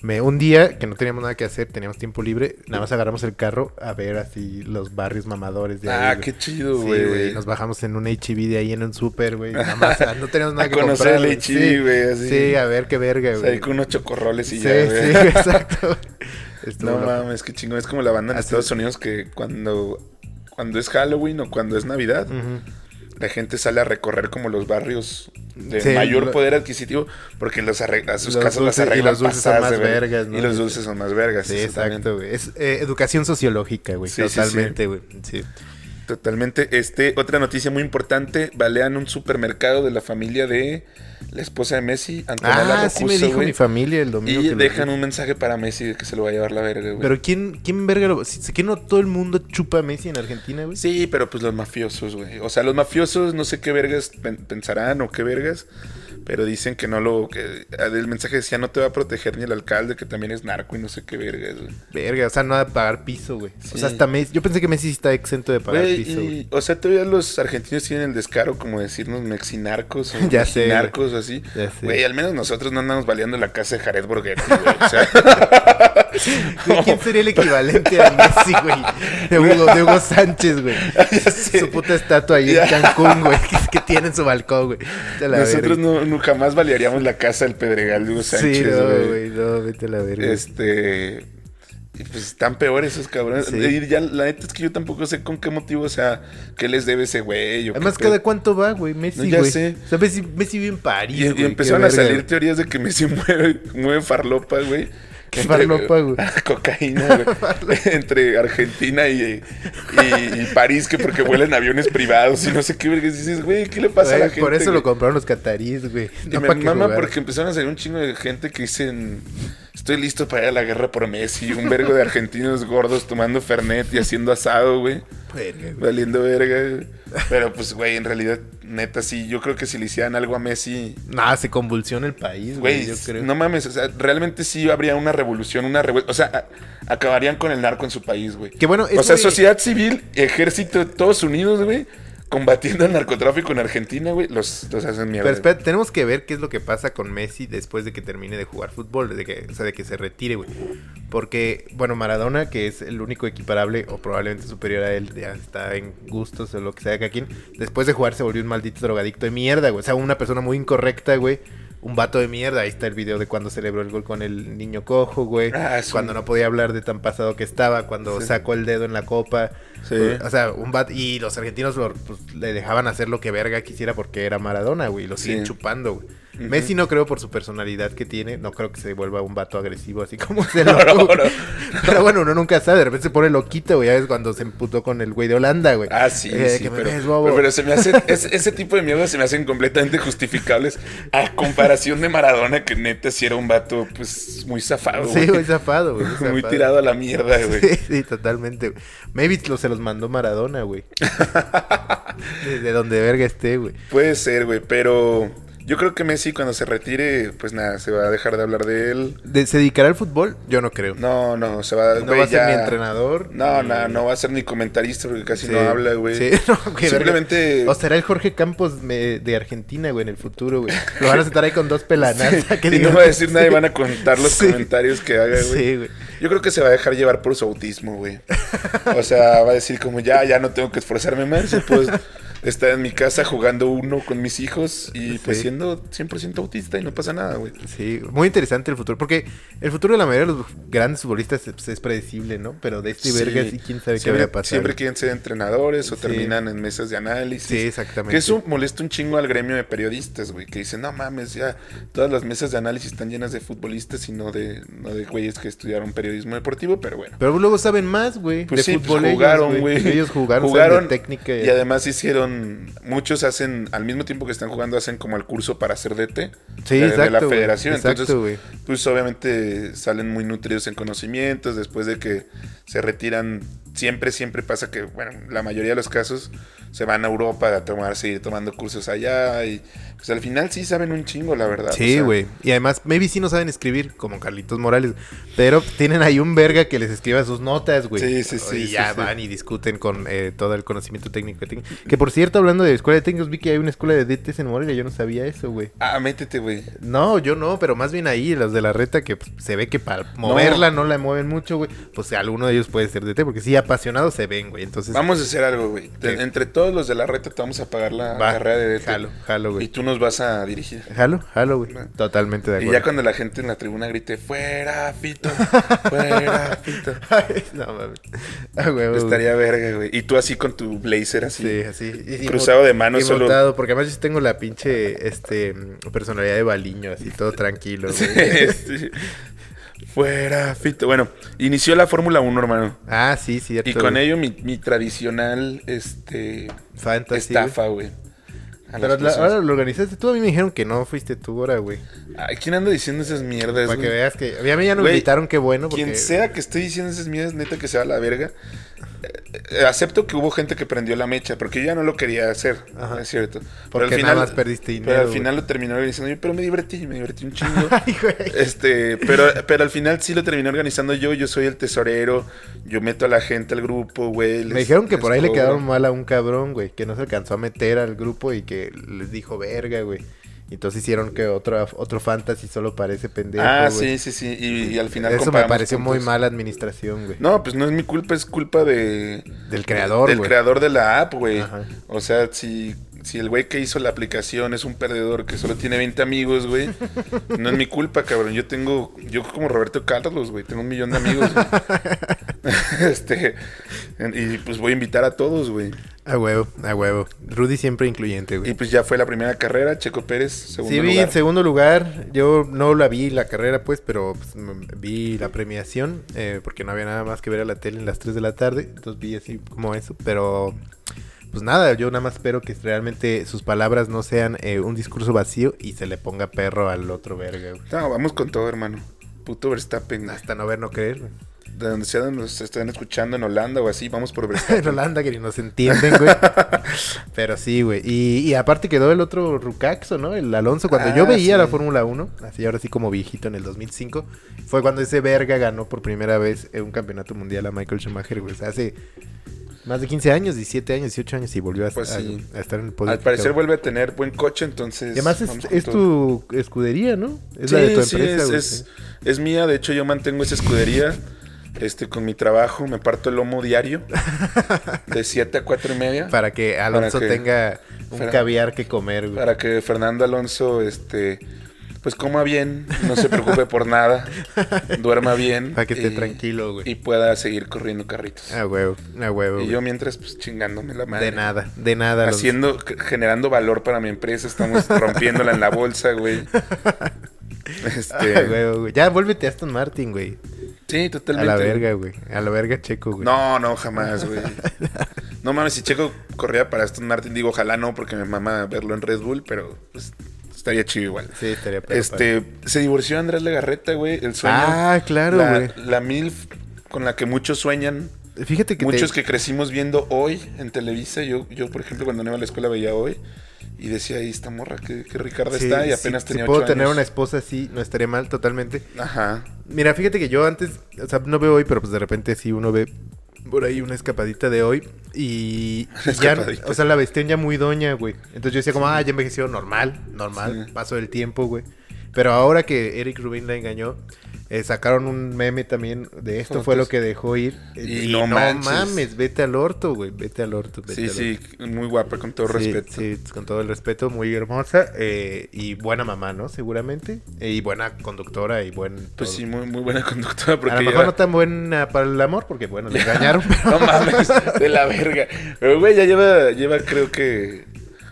me, un día que no teníamos nada que hacer, teníamos tiempo libre, nada más agarramos el carro a ver así los barrios mamadores de ahí,
Ah,
güey.
qué chido,
Sí,
güey.
güey, nos bajamos en un HB de ahí en un súper, güey, nada más, ah, no teníamos nada
A
que
conocer
comprar.
el
güey.
HB, güey, así.
Sí, sí, a ver qué verga,
O sea, ahí
güey.
con unos chocorroles y
Sí, sí,
ya, güey.
exacto. Estuvo
No
loco.
mames, qué chingón. Es como la banda en
Así-
Estados Unidos que cuando, cuando es Halloween o cuando es Navidad,
Ujú.
la gente sale a recorrer como los barrios de
Sí,
mayor
lo-
poder adquisitivo porque los arregla, sus
Los
casas las
dulces- y
arreglan
los dulces son
pasadas de
más
ver-
vergas, ¿no?
Y los dulces son más vergas.
Sí,
eso también.
exacto, güey. Es eh, educación sociológica, güey.
Sí, sí, sí.
totalmente, güey. Sí.
Totalmente. Este, otra noticia muy importante, balean un supermercado de la familia de la esposa de Messi, Antonella
Ah, sí me
Roccuzzo,
dijo
güey,
mi familia el domingo.
Y
que lo
dejan
vi.
un mensaje para Messi de que se lo va a llevar la verga, güey.
Pero ¿quién, quién verga lo... si- si- ¿Quién no todo el mundo chupa a Messi en Argentina, güey?
Sí, pero pues los mafiosos, güey. O sea, los mafiosos no sé qué vergas pen- pensarán o qué vergas, pero dicen que no lo... Que, el mensaje decía no te va a proteger ni el alcalde, que también es narco y no sé qué vergas, güey.
Verga, o sea, no va a pagar piso, güey. O
Sí.
sea, hasta Messi... Yo pensé que Messi sí está exento de pagar
Güey,
piso,
y-
güey.
o sea, todavía los argentinos tienen el descaro como decirnos mexinarcos o
Ya sé,
narcos o así.
Ya sé.
Güey, al menos nosotros no andamos baleando la casa de Jared Borghetti, güey. O sea,
Güey, ¿Quién sería el equivalente a Messi, güey? De Hugo, de Hugo Sánchez, güey.
Ya sé.
Su puta estatua ahí en
Ya.
Cancún, güey. Que, que tiene en su balcón, güey. Vete a la
nosotros
verga.
no, no jamás balearíamos la casa del Pedregal de Hugo Sánchez,
Sí, no,
güey.
güey. No, vete a la verga.
Este. y Pues están peores esos cabrones.
Sí.
Y ya, la neta es que yo tampoco sé con qué motivo, o sea, qué les debe ese güey. o qué
Además,
pedo.
cada cuánto va, güey,
No,
Messi,
ya
güey.
sé.
O sea, Messi, Messi vive en París,
Y, y
güey, qué
empezaron a
verga.
salir teorías de que Messi mueve, mueve farlopa, güey.
Qué farlopa, güey.
Cocaína, güey. Entre Argentina y, y- y París, que porque vuelan aviones privados y no sé qué, verga. Y Dices, güey, ¿qué le pasa a la
Güey,
gente?
Por eso
güey?
lo compraron los catarís, güey.
Y
No
me
pa' que
mama
jugar.
porque empezaron a salir un chingo de gente que dicen, estoy listo para ir a la guerra por Messi. Un vergo de argentinos gordos tomando Fernet y haciendo asado, güey.
Verga, güey.
Valiendo verga. güey. Pero pues, güey, en realidad, neta, sí. Yo creo que si le hicieran algo a Messi...
Nah, se convulsiona el país, güey.
Güey,
Yo creo.
no mames, o sea, realmente sí habría una revolución, una revuelta. O sea, a- acabarían con el narco en su país, güey.
Que bueno, es
O sea,
muy-
sociedad civil, ejército, todos unidos, güey, combatiendo el narcotráfico en Argentina, güey, los, los hacen mierda.
Pero espera, tenemos que ver qué es lo que pasa con Messi después de que termine de jugar fútbol, de que, o sea, de que se retire, güey. Porque, bueno, Maradona, que es el único equiparable o probablemente superior a él, ya está en gustos o lo que sea de cada quien, después de jugar se volvió un maldito drogadicto de mierda, güey. O sea, una persona muy incorrecta, güey. Un vato de mierda. Ahí está el video de cuando celebró el gol con el niño cojo, güey.
Ah, es un-
Cuando no podía hablar de tan pasado que estaba, cuando
Sí.
sacó el dedo en la copa.
Sí.
O sea, un bat. Y los argentinos lo- pues, le dejaban hacer lo que verga quisiera porque era Maradona, güey. y Lo siguen
Sí.
chupando, güey.
Ujú.
Messi no creo por su personalidad que tiene. No creo que se vuelva un vato agresivo así como se
No,
lo.
no, no.
Pero bueno, uno nunca sabe. De repente se pone loquito, güey. Ya ves cuando se emputó con el güey de Holanda, güey.
Ah, sí,
Eh, de
sí,
que me
pero,
ves, bobo.
pero- pero se me hace, es- ese tipo de mierda se me hacen completamente justificables a comparación de Maradona, que neta sí era un vato, pues, muy zafado,
Sí, güey, zafado, güey.
muy
zafado.
tirado a la mierda, güey.
Sí, sí, totalmente, güey. Maybe lo- se los mandó Maradona, güey. Desde donde verga esté, güey.
Puede ser, güey, pero yo creo que Messi cuando se retire, pues nada, se va a dejar de hablar de él.
¿De- ¿Se dedicará al fútbol? Yo no creo.
No, no, se va,
No
güey,
va a ser
ya-
ni entrenador.
No,
ni-
no, no va a ser ni comentarista porque casi
Sí.
no habla, güey.
Sí, no, güey,
Simplemente.
verga. O será el Jorge Campos me- de Argentina, güey, en el futuro, güey. Lo van a sentar ahí con dos pelanas.
Sí, y no va a decir nada y van a contar los
Sí.
comentarios que haga, güey.
Sí, güey.
Yo creo que se va a dejar llevar por su autismo, güey. O sea, va a decir como ya, ya no tengo que esforzarme más. y Pues estar en mi casa jugando uno con mis hijos y pues
Sí.
siendo 100% autista y no pasa nada, güey.
Sí, muy interesante el futuro. Porque el futuro de la mayoría de los grandes futbolistas es, es predecible, ¿no? Pero de este
Sí.
verga sí, quién sabe qué
Siempre-
va a pasar.
Siempre quieren ser entrenadores o
Sí.
terminan en mesas de análisis.
Sí, exactamente.
Que eso molesta un chingo al gremio de periodistas, güey, que dicen, no mames, ya todas las mesas de análisis están llenas de futbolistas y no de, no de güeyes que estudiaron periodismo deportivo, pero bueno.
Pero luego saben más, güey.
Pues
de
sí, pues
fútbol ellos,
jugaron, güey.
Ellos jugaron,
Jugaron
saben de técnica.
Y además hicieron, muchos hacen, al mismo tiempo que están jugando, hacen como el curso para ser DT
Sí,
de, de
exacto.
la
güey,
federación.
Exacto,
Entonces,
güey.
pues obviamente salen muy nutridos en conocimientos después de que se retiran. Siempre, siempre pasa que, bueno, la mayoría de los casos se van a Europa a tomar, seguir tomando cursos allá y pues al final sí saben un chingo, la verdad. o
Sí,
sea,
güey. Y además, maybe sí no saben escribir, como Carlitos Morales. Pero tienen ahí un verga que les escriba sus notas, güey.
Sí, sí, sí,
Y
sí,
ya
sí.
van y discuten con eh, todo el conocimiento técnico que tengan. Que por cierto, hablando de escuela de técnicos, vi que hay una escuela de DTs en Morelia. Yo no sabía eso, güey.
Ah, métete, güey.
No, yo no, pero más bien ahí, los de la reta que pues, se ve que para moverla no. la mueven mucho, güey. Pues alguno de ellos puede ser DT, porque sí, apasionados se ven, güey. Entonces,
Vamos a hacer algo, güey. Te-
¿Qué?
Entre todos los de la reta te vamos a pagar la
va,
carrera de DT.
Jalo, jalo,
Y
güey.
tú nos vas a dirigir.
Jalo, jalo, güey.
Va.
Totalmente de
Y
acuerdo.
ya cuando la gente en la tribuna grite, fuera, Fito, fuera, Fito.
Ay, no mames. Ah, güey, güey.
Estaría verga, güey. Y tú así con tu blazer así.
Sí, así. Y- y
Cruzado
mo-
de manos
y
solo.
montado, porque además yo sí tengo la pinche este, mm, personalidad de baliño, así todo tranquilo. güey.
Sí. Fuera, Fito. Bueno, inició la Fórmula 1, hermano.
Ah, sí, cierto.
Y con
güey.
ello mi, mi tradicional este
Fantasy,
estafa, güey. A
güey. Pero
las
la- ahora
personas.
lo organizaste tú, a mí me dijeron que no fuiste tú ahora, güey.
Ay, ¿Quién anda diciendo esas mierdas,
Para que
Pues, güey?
veas que. A mí ya nos
Güey,
invitaron, qué bueno. Porque...
Quien sea que esté diciendo esas mierdas, neta que se va a la verga. Eh, eh, acepto que hubo gente que prendió la mecha, porque yo ya no lo quería hacer,
Ajá.
es cierto.
Porque nada más perdiste dinero,
Pero al
güey.
final lo terminé organizando yo, pero me divertí, me divertí un chingo.
Ay, güey.
Este, pero, pero al final sí lo terminé organizando yo, yo soy el tesorero, yo meto a la gente al grupo, güey. les-
Me dijeron que
les
por ahí le
cobro.
quedaron mal a un cabrón, güey, que no se alcanzó a meter al grupo y que les dijo verga, güey. Y Entonces hicieron que otro, otro fantasy solo para ese pendejo.
Ah,
güey.
sí, sí, sí. Y, y al final
Eso me
comparamos
pareció muy
puntos.
mala administración, güey.
No, pues no es mi culpa, es culpa de...
Del creador,
Del
güey.
creador de la app, güey.
Ajá.
O sea, si, si el güey que hizo la aplicación es un perdedor que solo tiene 20 amigos, güey, no es mi culpa, cabrón. Yo tengo, yo como Roberto Carlos, güey, tengo un millón de amigos, güey. este, en- y pues voy a invitar a todos, güey.
A huevo, a huevo. Rudy siempre incluyente, güey.
Y pues ya fue la primera carrera, Checo Pérez, segundo
sí, vi
lugar.
en segundo lugar. Yo no la vi la carrera, pues, pero pues, m- vi la premiación, eh, porque no había nada más que ver a la tele en las 3 de la tarde. Entonces vi así como eso, pero pues nada, yo nada más espero que realmente sus palabras no sean eh, un discurso vacío y se le ponga perro al otro verga, güey.
No, vamos con todo, hermano. Puto Verstappen. Ah,
Hasta no ver, no creer, güey.
De donde sea donde nos estén escuchando en Holanda o así, vamos por
en
Verstappen.
Holanda que ni nos entienden, güey. Pero sí, güey. Y, y aparte quedó el otro Rucaxo, ¿no? El Alonso. Cuando
Ah,
yo veía
sí.
la Fórmula 1, así ahora sí como viejito en el 2005, fue cuando ese verga ganó por primera vez eh, un campeonato mundial a Michael Schumacher, güey. O sea, hace más de 15 años, 17 años, 18 años y volvió a,
Pues
a-
sí.
a estar en el podio.
Al parecer
cabrón.
vuelve a tener buen coche, entonces.
Y además es,
vamos con
es
todo.
tu escudería, ¿no? Es la
Sí,
de tu
sí,
empresa,
es,
güey.
es- es mía. De hecho, yo mantengo esa escudería este, con mi trabajo. Me parto el lomo diario de 7 a 4 y media. Para,
Para que Alonso
que-
tenga un
para-
caviar que comer, güey.
que Fernando Alonso, este. Pues coma bien, no se preocupe por nada, duerma bien.
Para que esté
y-
tranquilo, güey.
Y pueda seguir corriendo carritos.
A huevo, a huevo.
y
güey.
yo mientras, pues chingándome la madre.
De nada, de nada. Alonso.
Haciendo, c- generando valor para mi empresa. Estamos rompiéndola en la bolsa, güey. Este,
Ah, güey, güey. Ya, vuélvete a Aston Martin, güey.
Sí,
A
totalmente.
la verga, güey. A la verga, checo, güey.
No, no, jamás, güey. No mames, si Checo corría para Aston Martin, digo, ojalá no, porque me mama verlo en Red Bull, pero pues, estaría chido igual.
Sí, estaría perro,
Este, se divorció Andrés Legarreta, güey, el sueño.
Ah, claro,
la-
güey.
La MILF con la que muchos sueñan.
Fíjate que.
Muchos
te-
que crecimos viendo hoy en Televisa, yo, yo por ejemplo cuando no iba a la escuela veía hoy y decía, ahí esta morra, que, Ricardo
sí,
está y
sí,
apenas
si
tenía
puedo
ocho
tener una
años.
esposa así, no estaría mal totalmente.
Ajá.
Mira, fíjate que yo antes, o sea, no veo hoy, pero pues de repente sí uno ve por ahí una escapadita de hoy y y ya,
Escapadita.
o sea, la vestían ya muy doña, güey. Entonces yo decía como, ah, ya envejeció normal, normal,
Sí.
paso del tiempo, güey. Pero ahora que Eric Rubin la engañó, eh, sacaron un meme también de esto fue lo
Fotos.
que dejó ir. Eh,
Y
Y,
no
no,
manches.
mames, vete al orto, güey, vete al orto. Vete
Sí,
al orto.
sí, muy guapa, con todo
Sí,
respeto.
sí, con todo el respeto, muy hermosa eh, y buena mamá, ¿no? Seguramente. eh, Y buena conductora y buen...
Pues
todo.
sí, muy, muy buena conductora. Porque
A lo mejor
lleva-
no tan buena para el amor, porque bueno, le engañaron. pero-
No mames, de la verga. Pero, güey, ya lleva, lleva creo que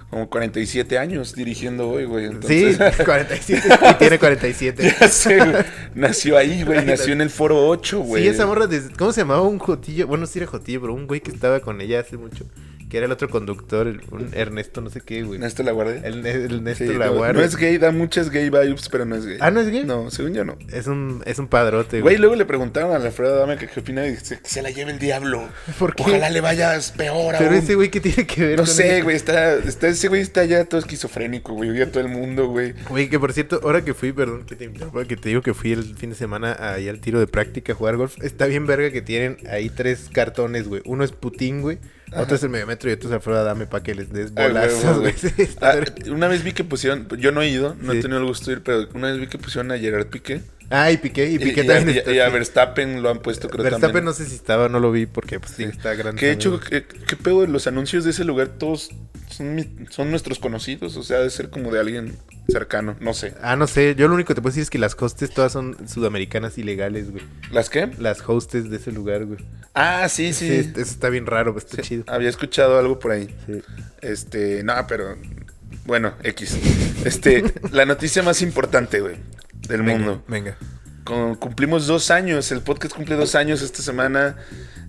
como 47 años dirigiendo hoy, güey.
Sí,
Entonces,
47. Y tiene 47.
ya sé, güey. Nació ahí, güey. Nació en el Foro 8, güey.
Sí, esa morra, desde- ¿cómo se llamaba un Jotillo? Bueno, sí era Jotillo, pero un güey que estaba con ella hace mucho, que era el otro conductor, el- un Ernesto, no sé qué, güey.
Ernesto este la guardé.
El, Ne- el Ernesto
Sí, no,
Laguardia.
no es gay, da muchas gay vibes, pero no es gay.
Ah, ¿no es gay?
No, según yo no.
Es un, es un padrote,
Güey,
güey.
luego le preguntaron a Alfredo Adame que qué opina y dice que se la lleve el diablo.
¿Por qué?
Ojalá le vayas peor
Pero
aún".
ese güey, ¿qué tiene que ver
No
con
sé,
eso?
güey, está, está, ese güey está ya todo esquizofrénico, güey, odia a todo el mundo, güey.
Güey, que por cierto, ahora que fui, perdón, que te interrumpa, que te digo que fui el fin de semana ahí al tiro de práctica a jugar golf, está bien verga que tienen ahí tres cartones, güey. Uno es Putin, güey, otro es el mediometro y otro es Alfredo Dame para que les des
Ay, güey,
bolazos,
güey.
güey. Sí, está
Ah,
verga.
una vez vi que pusieron, yo no he ido, no he
Sí.
tenido el gusto de ir, pero una vez vi que pusieron a Gerard Piqué.
Ah, y Piqué, y Piqué
y,
también
a,
está-
y a Verstappen lo han puesto, creo
Verstappen
también.
no sé si estaba, no lo vi porque pues sí,
Sí.
está grande.
Que de hecho,
también.
¿qué, qué pedo de los anuncios de ese lugar? Todos son, mi- son nuestros conocidos, o sea, de ser como de alguien cercano, no sé.
Ah, no sé, yo lo único que te puedo decir es que las hostes todas son sudamericanas ilegales, güey.
¿Las qué?
Las hostes de ese lugar, güey.
Ah, sí,
Sí,
sí.
eso está bien raro, pero está
Sí, Ah,
chido.
Había escuchado algo por ahí.
Sí.
Este, no, pero bueno, X. Este, la noticia más importante, güey, del mundo.
Venga.
Con- cumplimos dos años, el podcast cumple dos años esta semana.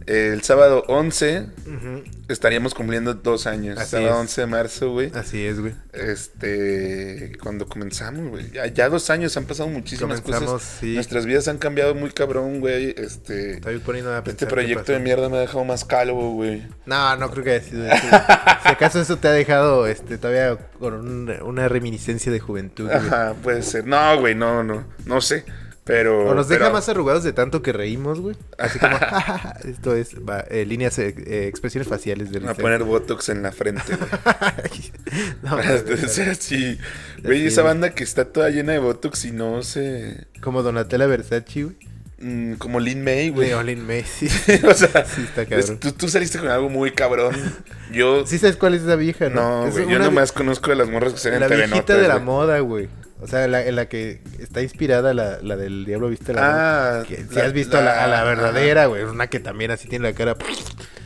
El sábado 11
Ujú,
estaríamos cumpliendo dos años.
Así
sábado
es.
11 de marzo, güey.
Así es, güey.
Este, cuando comenzamos, güey. Ya, ya dos años han pasado muchísimas
Comenzamos,
cosas.
sí.
Nuestras vidas han cambiado muy cabrón, güey. Este,
Estoy poniendo a
este
pensar qué
proyecto
pasó.
de mierda me ha dejado más calvo, güey.
No, no creo que haya sido eso. güey. si acaso eso te ha dejado este, todavía con un- una reminiscencia de juventud. güey.
Ajá, puede ser. No, güey, no, no, no sé. Pero.
O nos deja
pero-
más arrugados de tanto que reímos, güey. Así como, "Ja, ja, ja". esto es va, eh, líneas, eh, eh, expresiones faciales de
Me Voy a poner botox en la frente, güey.
no, pues,
Para
no, no, no.
ser así. Este, Güey, esa banda que está toda llena de botox y no se.
Como Donatella Versace, güey.
mm, como Lin May, güey.
De Olin Messi.
o sea,
Sí, está cabrón.
es- tú, tú saliste con algo muy cabrón. Yo.
Sí sabes cuál es esa vieja, ¿no?
no,
Es
güey. Yo
una vi-
nomás conozco de las morras que salen
La
en TV
viejita de la
güey.
moda, güey. O sea, la, en la que está inspirada la, la del Diablo Viste a la
Ah,
Moda. Que, si
la-
has visto a la- a la
la-
verdadera, güey. Una que también así tiene la cara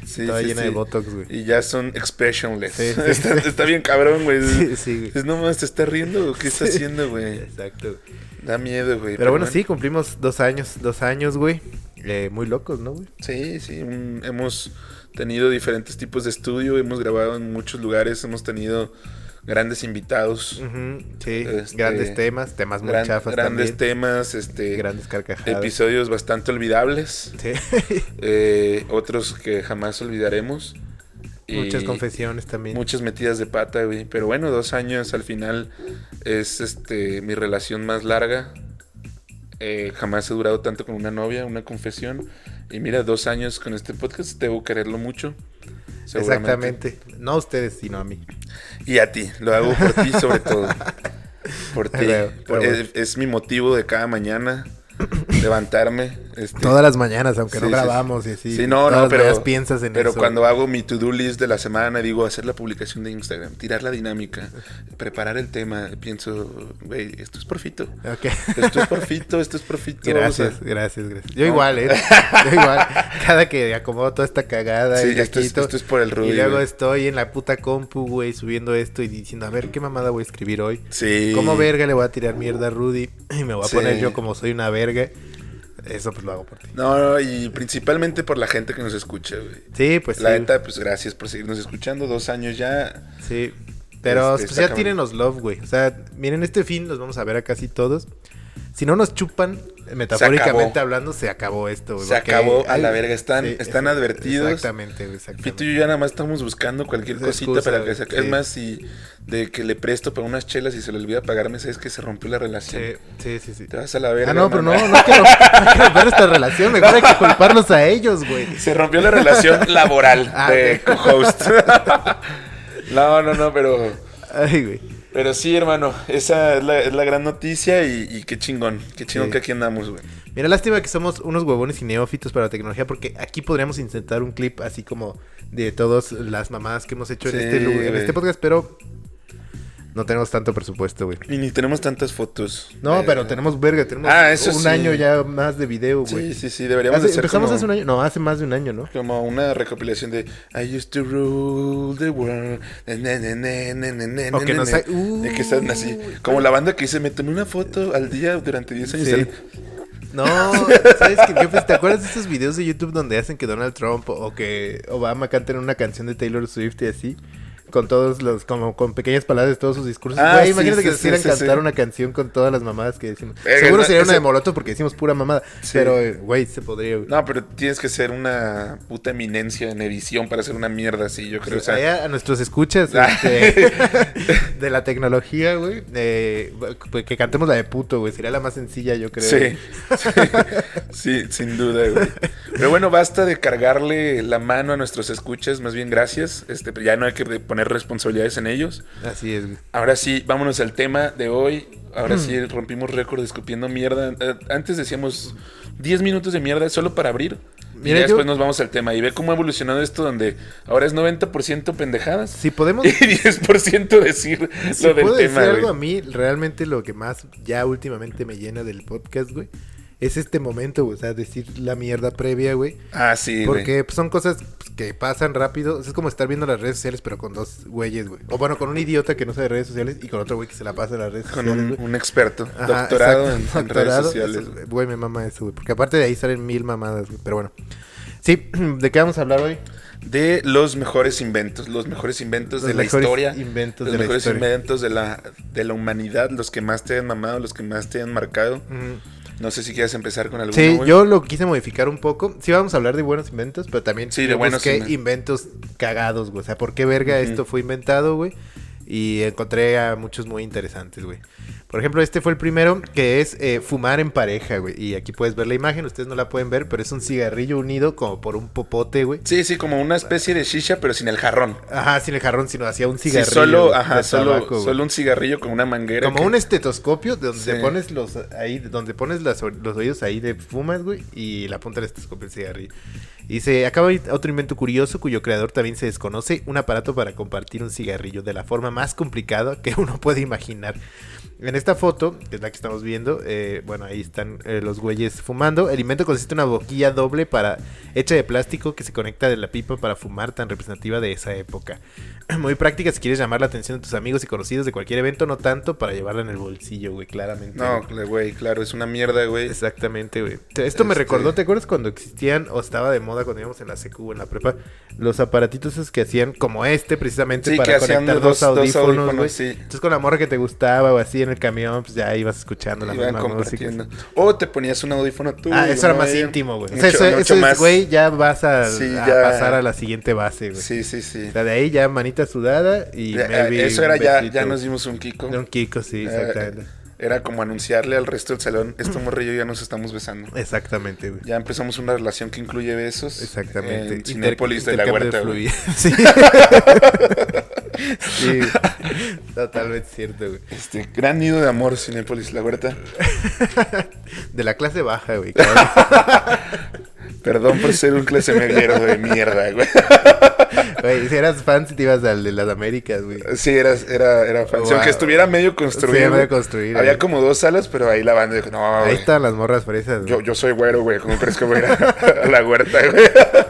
Sí,
toda
sí,
llena
sí.
de botox, güey.
Y ya son expressionless.
Sí, sí,
está,
sí.
está bien cabrón, güey.
Sí, sí, güey.
Es, no mames, ¿te está riendo o qué está
Sí.
haciendo, güey?
Exacto.
Da miedo, güey.
Pero bueno, sí, cumplimos dos años, dos años, güey. Eh, muy locos, ¿no, güey?
Sí, sí, un- hemos tenido diferentes tipos de estudio, hemos grabado en muchos lugares, hemos tenido grandes invitados,
Ujú, sí,
Este,
grandes temas, temas muy
gran-
chafas
grandes
también.
temas, este,
Grandes carcajadas.
episodios bastante olvidables,
Sí.
eh, otros que jamás olvidaremos. y
Muchas confesiones también.
Muchas metidas de pata, güey. Pero bueno, dos años al final es este mi relación más larga. Eh, jamás he durado tanto con una novia, una confesión. Y mira, dos años con este podcast, debo quererlo mucho. seguramente.
Exactamente. No a ustedes, sino a mí.
Y a ti, lo hago por ti sobre todo. Por ti.
Claro,
Por-
claro.
es, es mi motivo de cada mañana levantarme. este,
Todas las mañanas, aunque no
Sí, sí, sí.
grabamos y así.
Sí, no,
todas
no,
las mañanas
pero,
piensas en
pero
eso.
cuando hago mi to-do list de la semana, digo hacer la publicación de Instagram, tirar la dinámica, preparar el tema, pienso, güey, esto es porfito.
Ok.
Esto es porfito, esto es porfito.
Gracias,
o sea,
gracias, gracias. Yo igual, ¿eh? Yo igual. Cada que acomodo toda esta cagada
sí,
y la
esto es,
quito,
esto es por el
y
Rudy.
luego
güey.
estoy en la puta compu, güey, subiendo esto y diciendo, a ver, ¿qué mamada voy a escribir hoy?
Sí.
¿Cómo verga le voy a tirar mierda a Rudy? Y me voy a
Sí.
poner yo como soy una verga. Eso pues lo hago por ti.
No, no, y principalmente por la gente que nos escucha, güey.
Sí, pues
la
sí.
neta, pues gracias por seguirnos escuchando. Dos años ya.
Sí. Pero
Este,
pues,
está
ya
cabrón.
tírenos love, güey. O sea, miren, este fin los vamos a ver a casi todos. Si no nos chupan, eh, metafóricamente
acabó.
hablando, se acabó esto, güey.
Se
porque-
acabó a la
ay,
verga, están- están
exa-
advertidos.
Exactamente, güey,
Fito
exactamente.
y yo ya nada más estamos buscando cualquier
Esa
cosita
excusa,
para que
güey,
se...
sí.
Es más, si de que le presto para unas chelas y se le olvida pagarme, sabes que se rompió la relación.
Sí, sí, sí. sí.
Te vas a la verga.
Ah, no, pero no,
mamá.
no quiero, no quiero ver esta relación. Mejor hay que culparlos a ellos, güey.
Se rompió la relación laboral
Ah,
de
ok.
co-host. no, no, no, pero,
Ay, güey.
pero sí, hermano. Esa es la, es la gran noticia y, y qué chingón. Qué chingón
Sí.
que aquí andamos, güey.
Mira, lástima que somos unos huevones y neófitos para la tecnología, porque aquí podríamos insertar un clip así como de todas las mamadas que hemos hecho
Sí,
en, este, lu- en
güey.
este podcast, pero no tenemos tanto presupuesto, güey.
Y ni tenemos tantas fotos.
No,
Eh,
pero tenemos verga, tenemos
Ah, eso
un
sí.
año ya más de video,
Sí,
güey.
sí, sí. Deberíamos
Hace-
hacer
empezamos
como-
hace un año, no, hace más de un año, ¿no?
Como una recopilación de I used to rule the world. na, na, na, na, na, na, na,
O que
na,
nos
na.
ha-
Y que están así.
Uy.
Como la banda que dice, me tomé una foto al día durante 10 años.
Sí.
Salen-
No, ¿sabes qué? qué? Pues, ¿Te acuerdas de esos videos de YouTube donde hacen que Donald Trump o o que Obama canten una canción de Taylor Swift y así? Con todos los, como con pequeñas palabras de todos sus discursos.
Ah,
Güey,
sí,
imagínate
sí,
que
sí,
se hicieran
sí,
cantar
sí.
una canción con todas las mamadas que decimos.
Eh,
Seguro
no,
sería una
ese-
de Molotov porque decimos pura mamada.
Sí.
Pero, eh, güey, se podría. güey.
No, pero tienes que ser una puta eminencia en edición para hacer una mierda así, yo creo. o sea,
Allá pues, a nuestros escuchas
Ah.
este, de la tecnología, güey. eh, pues que cantemos la de puto, güey. Sería la más sencilla, yo creo.
sí, sí, sí, sin duda, güey. Pero bueno, basta de cargarle la mano a nuestros escuchas, más bien gracias. Este, ya no hay que poner responsabilidades en ellos.
Así es, güey.
Ahora sí, vámonos al tema de hoy. Ahora
Hmm.
sí rompimos récord escupiendo mierda. Eh, Antes decíamos 10 minutos de mierda solo para abrir.
Mira,
y
yo-
ya después nos vamos al tema. Y ve cómo ha evolucionado esto donde ahora es 90% pendejadas
Si podemos
y 10% decir
Si
lo del
puedo
tema.
decir algo a
güey.
mí, realmente lo que más ya últimamente me llena del podcast, güey, es este momento, güey, o sea, decir la mierda previa, güey,
Ah, sí, güey.
porque pues, son cosas pues, que pasan rápido, es como estar viendo las redes sociales pero con dos güeyes, güey, o bueno, con un idiota que no sabe de redes sociales y con otro güey que se la pasa en las redes
Con
sociales,
un,
güey.
un experto,
Ajá,
doctorado en,
exacto,
en
doctorado,
redes sociales.
eso, güey, me mama eso, güey, porque aparte de ahí salen mil mamadas, güey, pero bueno. Sí, ¿de qué vamos a hablar hoy?
De los mejores inventos, los mejores inventos de
Los
la
mejores
historia.
inventos
los
de la
mejores
historia.
inventos de la, de la humanidad, los que más te han mamado, los que más te han marcado.
Ujú.
No sé si quieres empezar con alguno.
Sí,
güey.
yo lo quise modificar un poco. Sí, vamos a hablar de buenos inventos, pero también
Sí, de
yo
buenos
busqué
inven-
inventos cagados, güey. O sea, ¿por qué verga
Ujú.
esto fue inventado, güey? Y encontré a muchos muy interesantes, güey. Por ejemplo, este fue el primero, que es eh, fumar en pareja, güey. Y aquí puedes ver la imagen, ustedes no la pueden ver, pero es un cigarrillo unido como por un popote, güey.
Sí, sí, como una especie de shisha, pero sin el jarrón.
Ajá, sin el jarrón, sino hacía un
Sí,
cigarrillo.
solo,
güey,
ajá,
de
solo,
tabaco, güey.
solo un cigarrillo con una manguera.
Como
que-
un estetoscopio de donde
Sí.
pones los ahí, donde pones las or- los oídos ahí de fumas, güey, y la punta del estetoscopio el cigarrillo. Y se acaba ahí otro invento curioso cuyo creador también se desconoce, un aparato para compartir un cigarrillo de la forma más complicada que uno puede imaginar. En esta foto, que es la que estamos viendo, eh, bueno, ahí están eh, los güeyes fumando. El invento consiste en una boquilla doble para hecha de plástico que se conecta de la pipa para fumar tan representativa de esa época. Muy práctica si quieres llamar la atención de tus amigos y conocidos de cualquier evento, no tanto para llevarla en el bolsillo, güey, claramente.
No,
güey.
cl- güey, claro, es una mierda, güey.
Exactamente, güey. Te- Esto me
Este-
recordó, ¿te acuerdas cuando existían o estaba de moda cuando íbamos en la secu o en la prepa? Los aparatitos esos que hacían como este precisamente
Sí, que
para
hacían
conectar dos,
dos- dos
audífonos,
audífonos,
güey.
sí.
Entonces con la morra que te gustaba o así en el camión, pues ya ibas escuchando la
Iban
misma música.
compartiendo. O te ponías un audífono tú.
Ah, eso era
¿no?
más
Eh,
íntimo, güey. O sea,
mucho-
eso,
mucho
eso es,
más.
güey, ya vas a,
Sí,
a
ya.
pasar a la siguiente base, güey.
Sí, sí, sí.
O sea, de ahí ya manita sudada y
Ya,
maybe
eso era
un
ya,
besito.
ya nos dimos un kiko.
Un Kiko, sí,
Eh,
exactamente.
era como anunciarle al resto del salón, este morrillo ya nos estamos besando.
Exactamente, güey.
Ya empezamos una relación que incluye besos.
Exactamente.
En
Inter-
Cinépolis de la
intercambio
Huerta.
de
güey.
fluidos. Sí. Sí, Totalmente cierto, güey.
Este, gran nido de amor, Cinépolis La Huerta.
De la clase baja, güey. cabrón.
Perdón por ser un clase mediero de mierda, güey.
Güey, si eras fan, si te ibas al de las Américas, güey.
Sí, era, era, era fan. O
Wow.
sea, Aunque estuviera medio construido.
Sí, medio
güey,
construido,
Había
güey.
como dos salas, pero ahí la banda dijo, no,
Ahí
güey,
están las morras fresas,
Yo,
güey.
yo soy güero, güey. ¿Cómo crees que voy a ir a, a la huerta, güey?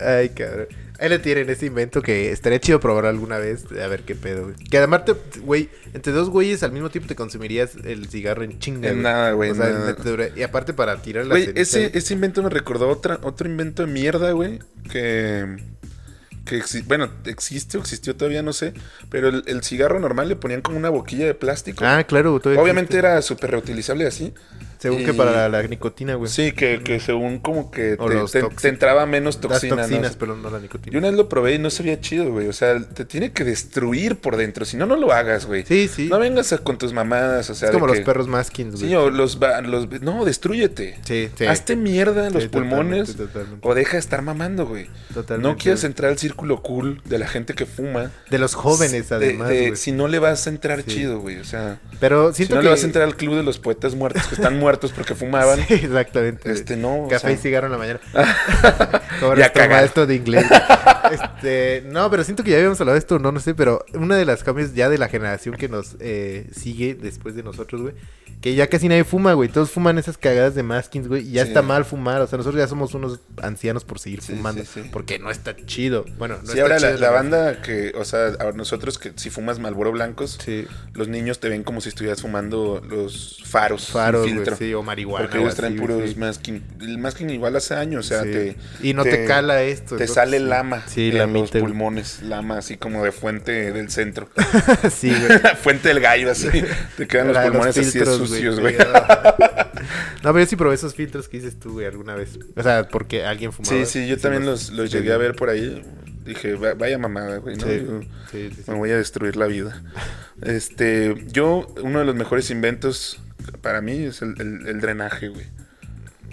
Ay, cabrón. Ahí le tienen ese invento que estaría chido probar alguna vez. A ver qué pedo, güey. Que además, te- güey, entre dos güeyes al mismo tiempo te consumirías el cigarro en chinga.
En nada, güey,
O sea,
nada.
te dura- Y aparte para tirar la
Güey,
ceniza,
ese,
güey.
ese invento me recordó otra, otro invento de mierda, güey. Que. que exi- bueno, existe o existió todavía, no sé. Pero el, el cigarro normal le ponían como una boquilla de plástico.
Ah, claro, todo
Obviamente era súper reutilizable así.
Según
y-
que para la, la nicotina, güey.
Sí, que, que según como que
O
te,
los
te- te
toxi-
entraba menos
Las
toxina. ¿no?
toxinas, pero no la nicotina.
Yo una vez lo probé y no sabía chido, güey. O sea, te tiene que destruir por dentro. Si no, no lo hagas, güey.
Sí, sí.
No vengas a- con tus mamadas, o sea.
es como
de
los
que-
perros maskins, güey.
Sí, o los, va- los... No, destruyete.
Sí, sí.
Hazte mierda en los
Sí,
pulmones
totalmente, totalmente.
o deja de estar mamando, güey.
Totalmente,
No quieras
güey.
entrar al círculo cool de la gente que fuma.
De los jóvenes,
De-
además,
de-
güey.
si no le vas a entrar
Sí.
chido, güey. O sea,
Pero
si
siento
no
que...
le vas a entrar al club de los poetas muertos que están muertos porque fumaban.
Sí, exactamente. güey.
Este, no, o
Café
sea.
y cigarro en la mañana. Como
Y a
nuestro
cagar.
maestro de inglés. güey. este, no, pero siento que ya habíamos hablado de esto, no, no sé, pero una de las cambios ya de la generación que nos eh, sigue después de nosotros, güey, que ya casi nadie fuma, güey. Todos fuman esas cagadas de maskins, güey, y ya
Sí.
está mal fumar. O sea, nosotros ya somos unos ancianos por seguir
Sí,
fumando,
sí, sí.
porque no está chido. Bueno, no
sí,
está
ahora la,
chido
la banda que, o sea, a nosotros que si fumas Malboro blancos,
Sí.
los niños te ven como si estuvieras fumando los faros. sin
Faros, güey,
filtro.
sí, o marihuana.
Porque
o
ellos
así,
traen
güey,
puros
sí.
masking. El masking igual hace años, o sea,
Sí.
te...
Y no te, cala esto.
Te
entonces,
sale
sí.
lama
Sí,
en
la
los pulmones, lama así como de fuente del centro.
sí, güey.
fuente del gallo así. Te quedan los
La de
pulmones así de
filtros, güey,
sucios,
sí,
güey.
No, pero yo sí probé esos filtros que dices tú, güey, alguna vez. O sea, porque alguien fumaba.
Sí, sí, yo también los, los
sí,
llegué a ver por ahí. Dije, "Va- vaya mamada, güey, ¿no?
Sí,
Yo
sí, sí, sí.
Me voy a destruir la vida. Este, yo, uno de los mejores inventos para mí es el, el- el drenaje, güey.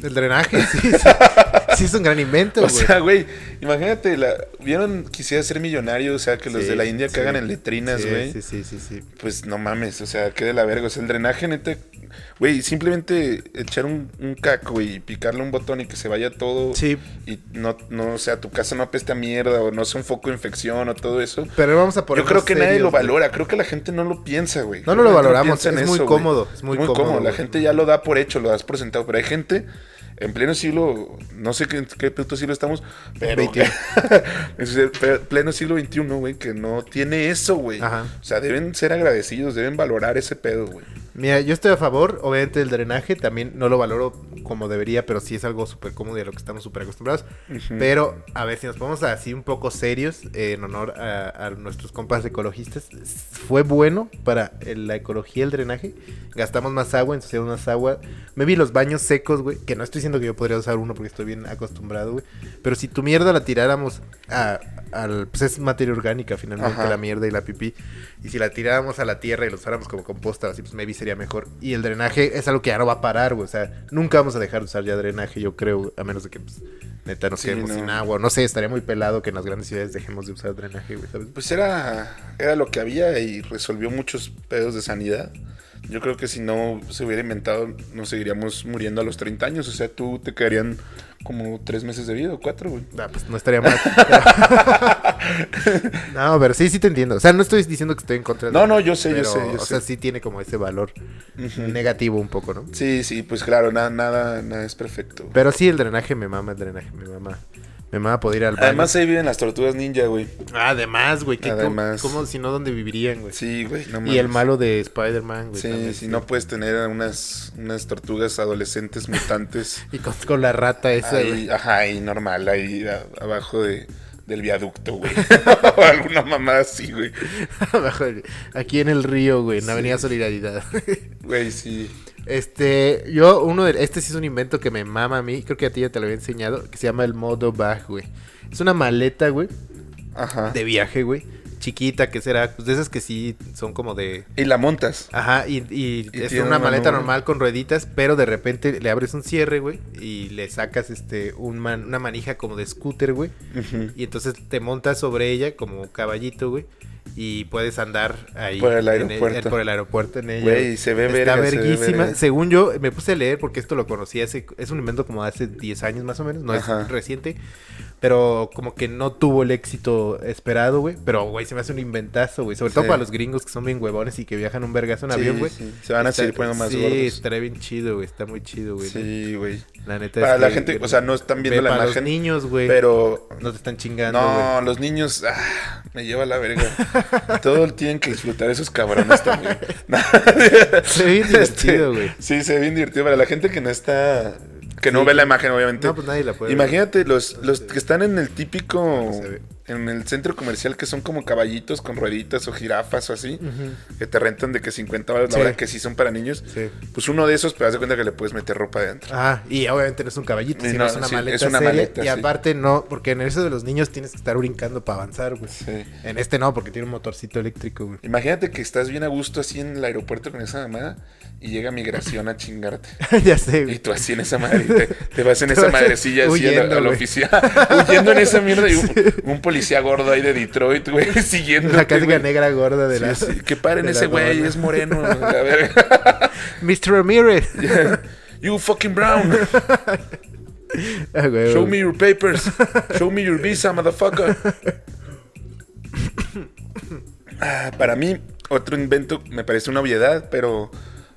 El drenaje, sí, sí. Sí, es un gran invento,
O
güey.
sea, güey, imagínate, la, ¿vieron? Quisiera ser millonario, o sea, que los
Sí,
de la India
sí.
cagan en letrinas,
Sí,
güey.
Sí, sí, sí, sí.
Pues no mames, o sea, qué de la verga. O sea, el drenaje, neta. Güey, simplemente echar un, un caco y picarle un botón y que se vaya todo.
Sí.
Y no, no, o sea, tu casa no apesta a mierda o no sea un foco de infección o todo eso.
Pero vamos a poner.
Yo creo que nadie lo valora. Creo que la gente no lo piensa, güey.
No, no lo
Creo que
valoramos,
piensa en
es muy
güey.
cómodo, es muy cómodo,
La
güey.
gente ya lo da por hecho, lo das por sentado. Pero hay gente. En pleno siglo, no sé qué, qué puto siglo estamos, pero.
21.
es el pe- pleno siglo XXI, güey, que no tiene eso, güey.
Ajá.
O sea, deben ser agradecidos, deben valorar ese pedo, güey.
Mira, yo estoy a favor, obviamente, del drenaje. También no lo valoro como debería, pero sí es algo súper cómodo y a lo que estamos súper acostumbrados. Pero, a ver, si nos ponemos así un poco serios, eh, en honor a, a nuestros compas ecologistas, fue bueno para el- la ecología el drenaje. Gastamos más agua, ensuciamos más agua. Me vi los baños secos, güey, que no estoy diciendo que yo podría usar uno porque estoy bien acostumbrado, güey. Pero si tu mierda la tiráramos a- al... Pues es materia orgánica, finalmente,
Ajá.
la mierda y la pipí. Y si la tiráramos a la tierra y lo usáramos como composta, o así pues maybe sería mejor. Y el drenaje es algo que ya no va a parar, güey. O sea, nunca vamos a dejar de usar ya drenaje, yo creo, güey, a menos de que, pues, neta, nos
Sí,
quedemos
no.
sin agua. o No sé, estaría muy pelado que en las grandes ciudades dejemos de usar drenaje, güey, ¿sabes?
Pues era, era lo que había y resolvió muchos pedos de sanidad. Yo creo que si no se hubiera inventado, nos seguiríamos muriendo a los 30 años. O sea, tú te quedarían como tres meses de vida o cuatro, güey.
Ah, pues no estaría mal. no, pero sí, sí te entiendo. O sea, no estoy diciendo que estoy en contra de
No, no, yo sé, yo sé, yo
o
sé.
sea, sí tiene como ese valor negativo un poco, ¿no?
Sí, sí, pues claro, nada, nada, nada es perfecto. güey.
Pero sí, el drenaje me mama, el drenaje me mama. Me mama poder ir al baño.
Además ahí viven las tortugas ninja, güey.
Además, güey, que
Además.
¿cómo, si no, dónde vivirían, güey?
Sí, güey, no
y el
mames.
malo de Spider-Man, güey.
Sí,
también,
si no puedes tener a unas, unas tortugas adolescentes mutantes.
Y con, con la rata esa, güey.
ahí, ajá, ahí normal, ahí a- abajo de, del viaducto, güey. o alguna mamada así, güey.
Abajo del- Aquí en el río, güey, en la Avenida Solidaridad.
Güey, sí.
este, yo, uno de. Este sí es un invento que me mama a mí. Creo que a ti ya te lo había enseñado. Que se llama el modo bag, güey. Es una maleta, güey,
Ajá.
de viaje, güey. Chiquita, que será. Pues de esas que sí son como de.
Y la montas.
Ajá, y, y
Y
es
tiene
una
una
maleta
nube.
normal con rueditas, pero de repente le abres un cierre, güey, y le sacas este un man- una manija como de scooter, güey,
Ujú.
y entonces te montas sobre ella como caballito, güey, y puedes andar ahí
Por
en
el
el-
aeropuerto.
por el aeropuerto en ella.
Güey, se ve
Está
verga, se ve
verguísima.
verga.
Según yo, me puse a leer porque esto lo conocí hace. Es un invento como hace 10 años más o menos, no
Ajá.
es reciente. Pero como que no tuvo el éxito esperado, güey. Pero, güey, se me hace un inventazo, güey. Sobre todo
Sí.
para los gringos que son bien huevones y que viajan un vergazo en
Sí,
avión, güey.
sí. Se van a
Está-
seguir poniendo más
sí,
gordos.
estaría bien chido, güey. Está muy chido, güey.
Sí, güey.
La neta
Para
es
la
que-
gente, o sea, no están viendo
ve
la
para
imagen,
los niños, güey.
pero
No te están chingando, güey.
No, los niños, ah, me lleva la verga. Todo tienen que disfrutar esos cabrones también. este,
Se ve bien divertido, güey.
sí, se ve bien divertido. Para la gente que no está, que no ve la imagen, obviamente.
No, pues nadie la puede ver.
Imagínate los, los que están en el típico,
se ve.
en el centro comercial que son como caballitos con rueditas o jirafas o así,
Ujú.
que te rentan de que 50 dólares
Mm. Sí.
la hora, que sí son para niños.
Sí.
Pues uno de esos, pero haz de cuenta que le puedes meter ropa adentro.
Ah, y obviamente no es un caballito,
Y
sino
no,
es una
sí,
maleta
es una
seria.
maleta,
y
sí.
aparte no, porque en eso de los niños tienes que estar brincando para avanzar, güey.
Sí.
En este no, porque tiene un motorcito eléctrico, güey.
Imagínate que estás bien a gusto así en el aeropuerto con esa mamada y llega migración a chingarte.
ya sé,
Y
güey.
tú así en esa madre, y te, te vas en
Te
esa
vas
madrecilla así a la-
huyendo,
a la
güey.
oficina, huyendo en esa mierda. Y un, un policía gordo ahí de Detroit, güey, siguiendo.
La cática negra gorda de la.
que paren
de la
ese güey,
corona.
es moreno. A ver.
Mr. Ramirez.
You fucking brown.
Ah, güey,
Show
güey.
me your papers. Show me your visa, motherfucker. Ah, Para mí, otro invento me parece una obviedad, pero,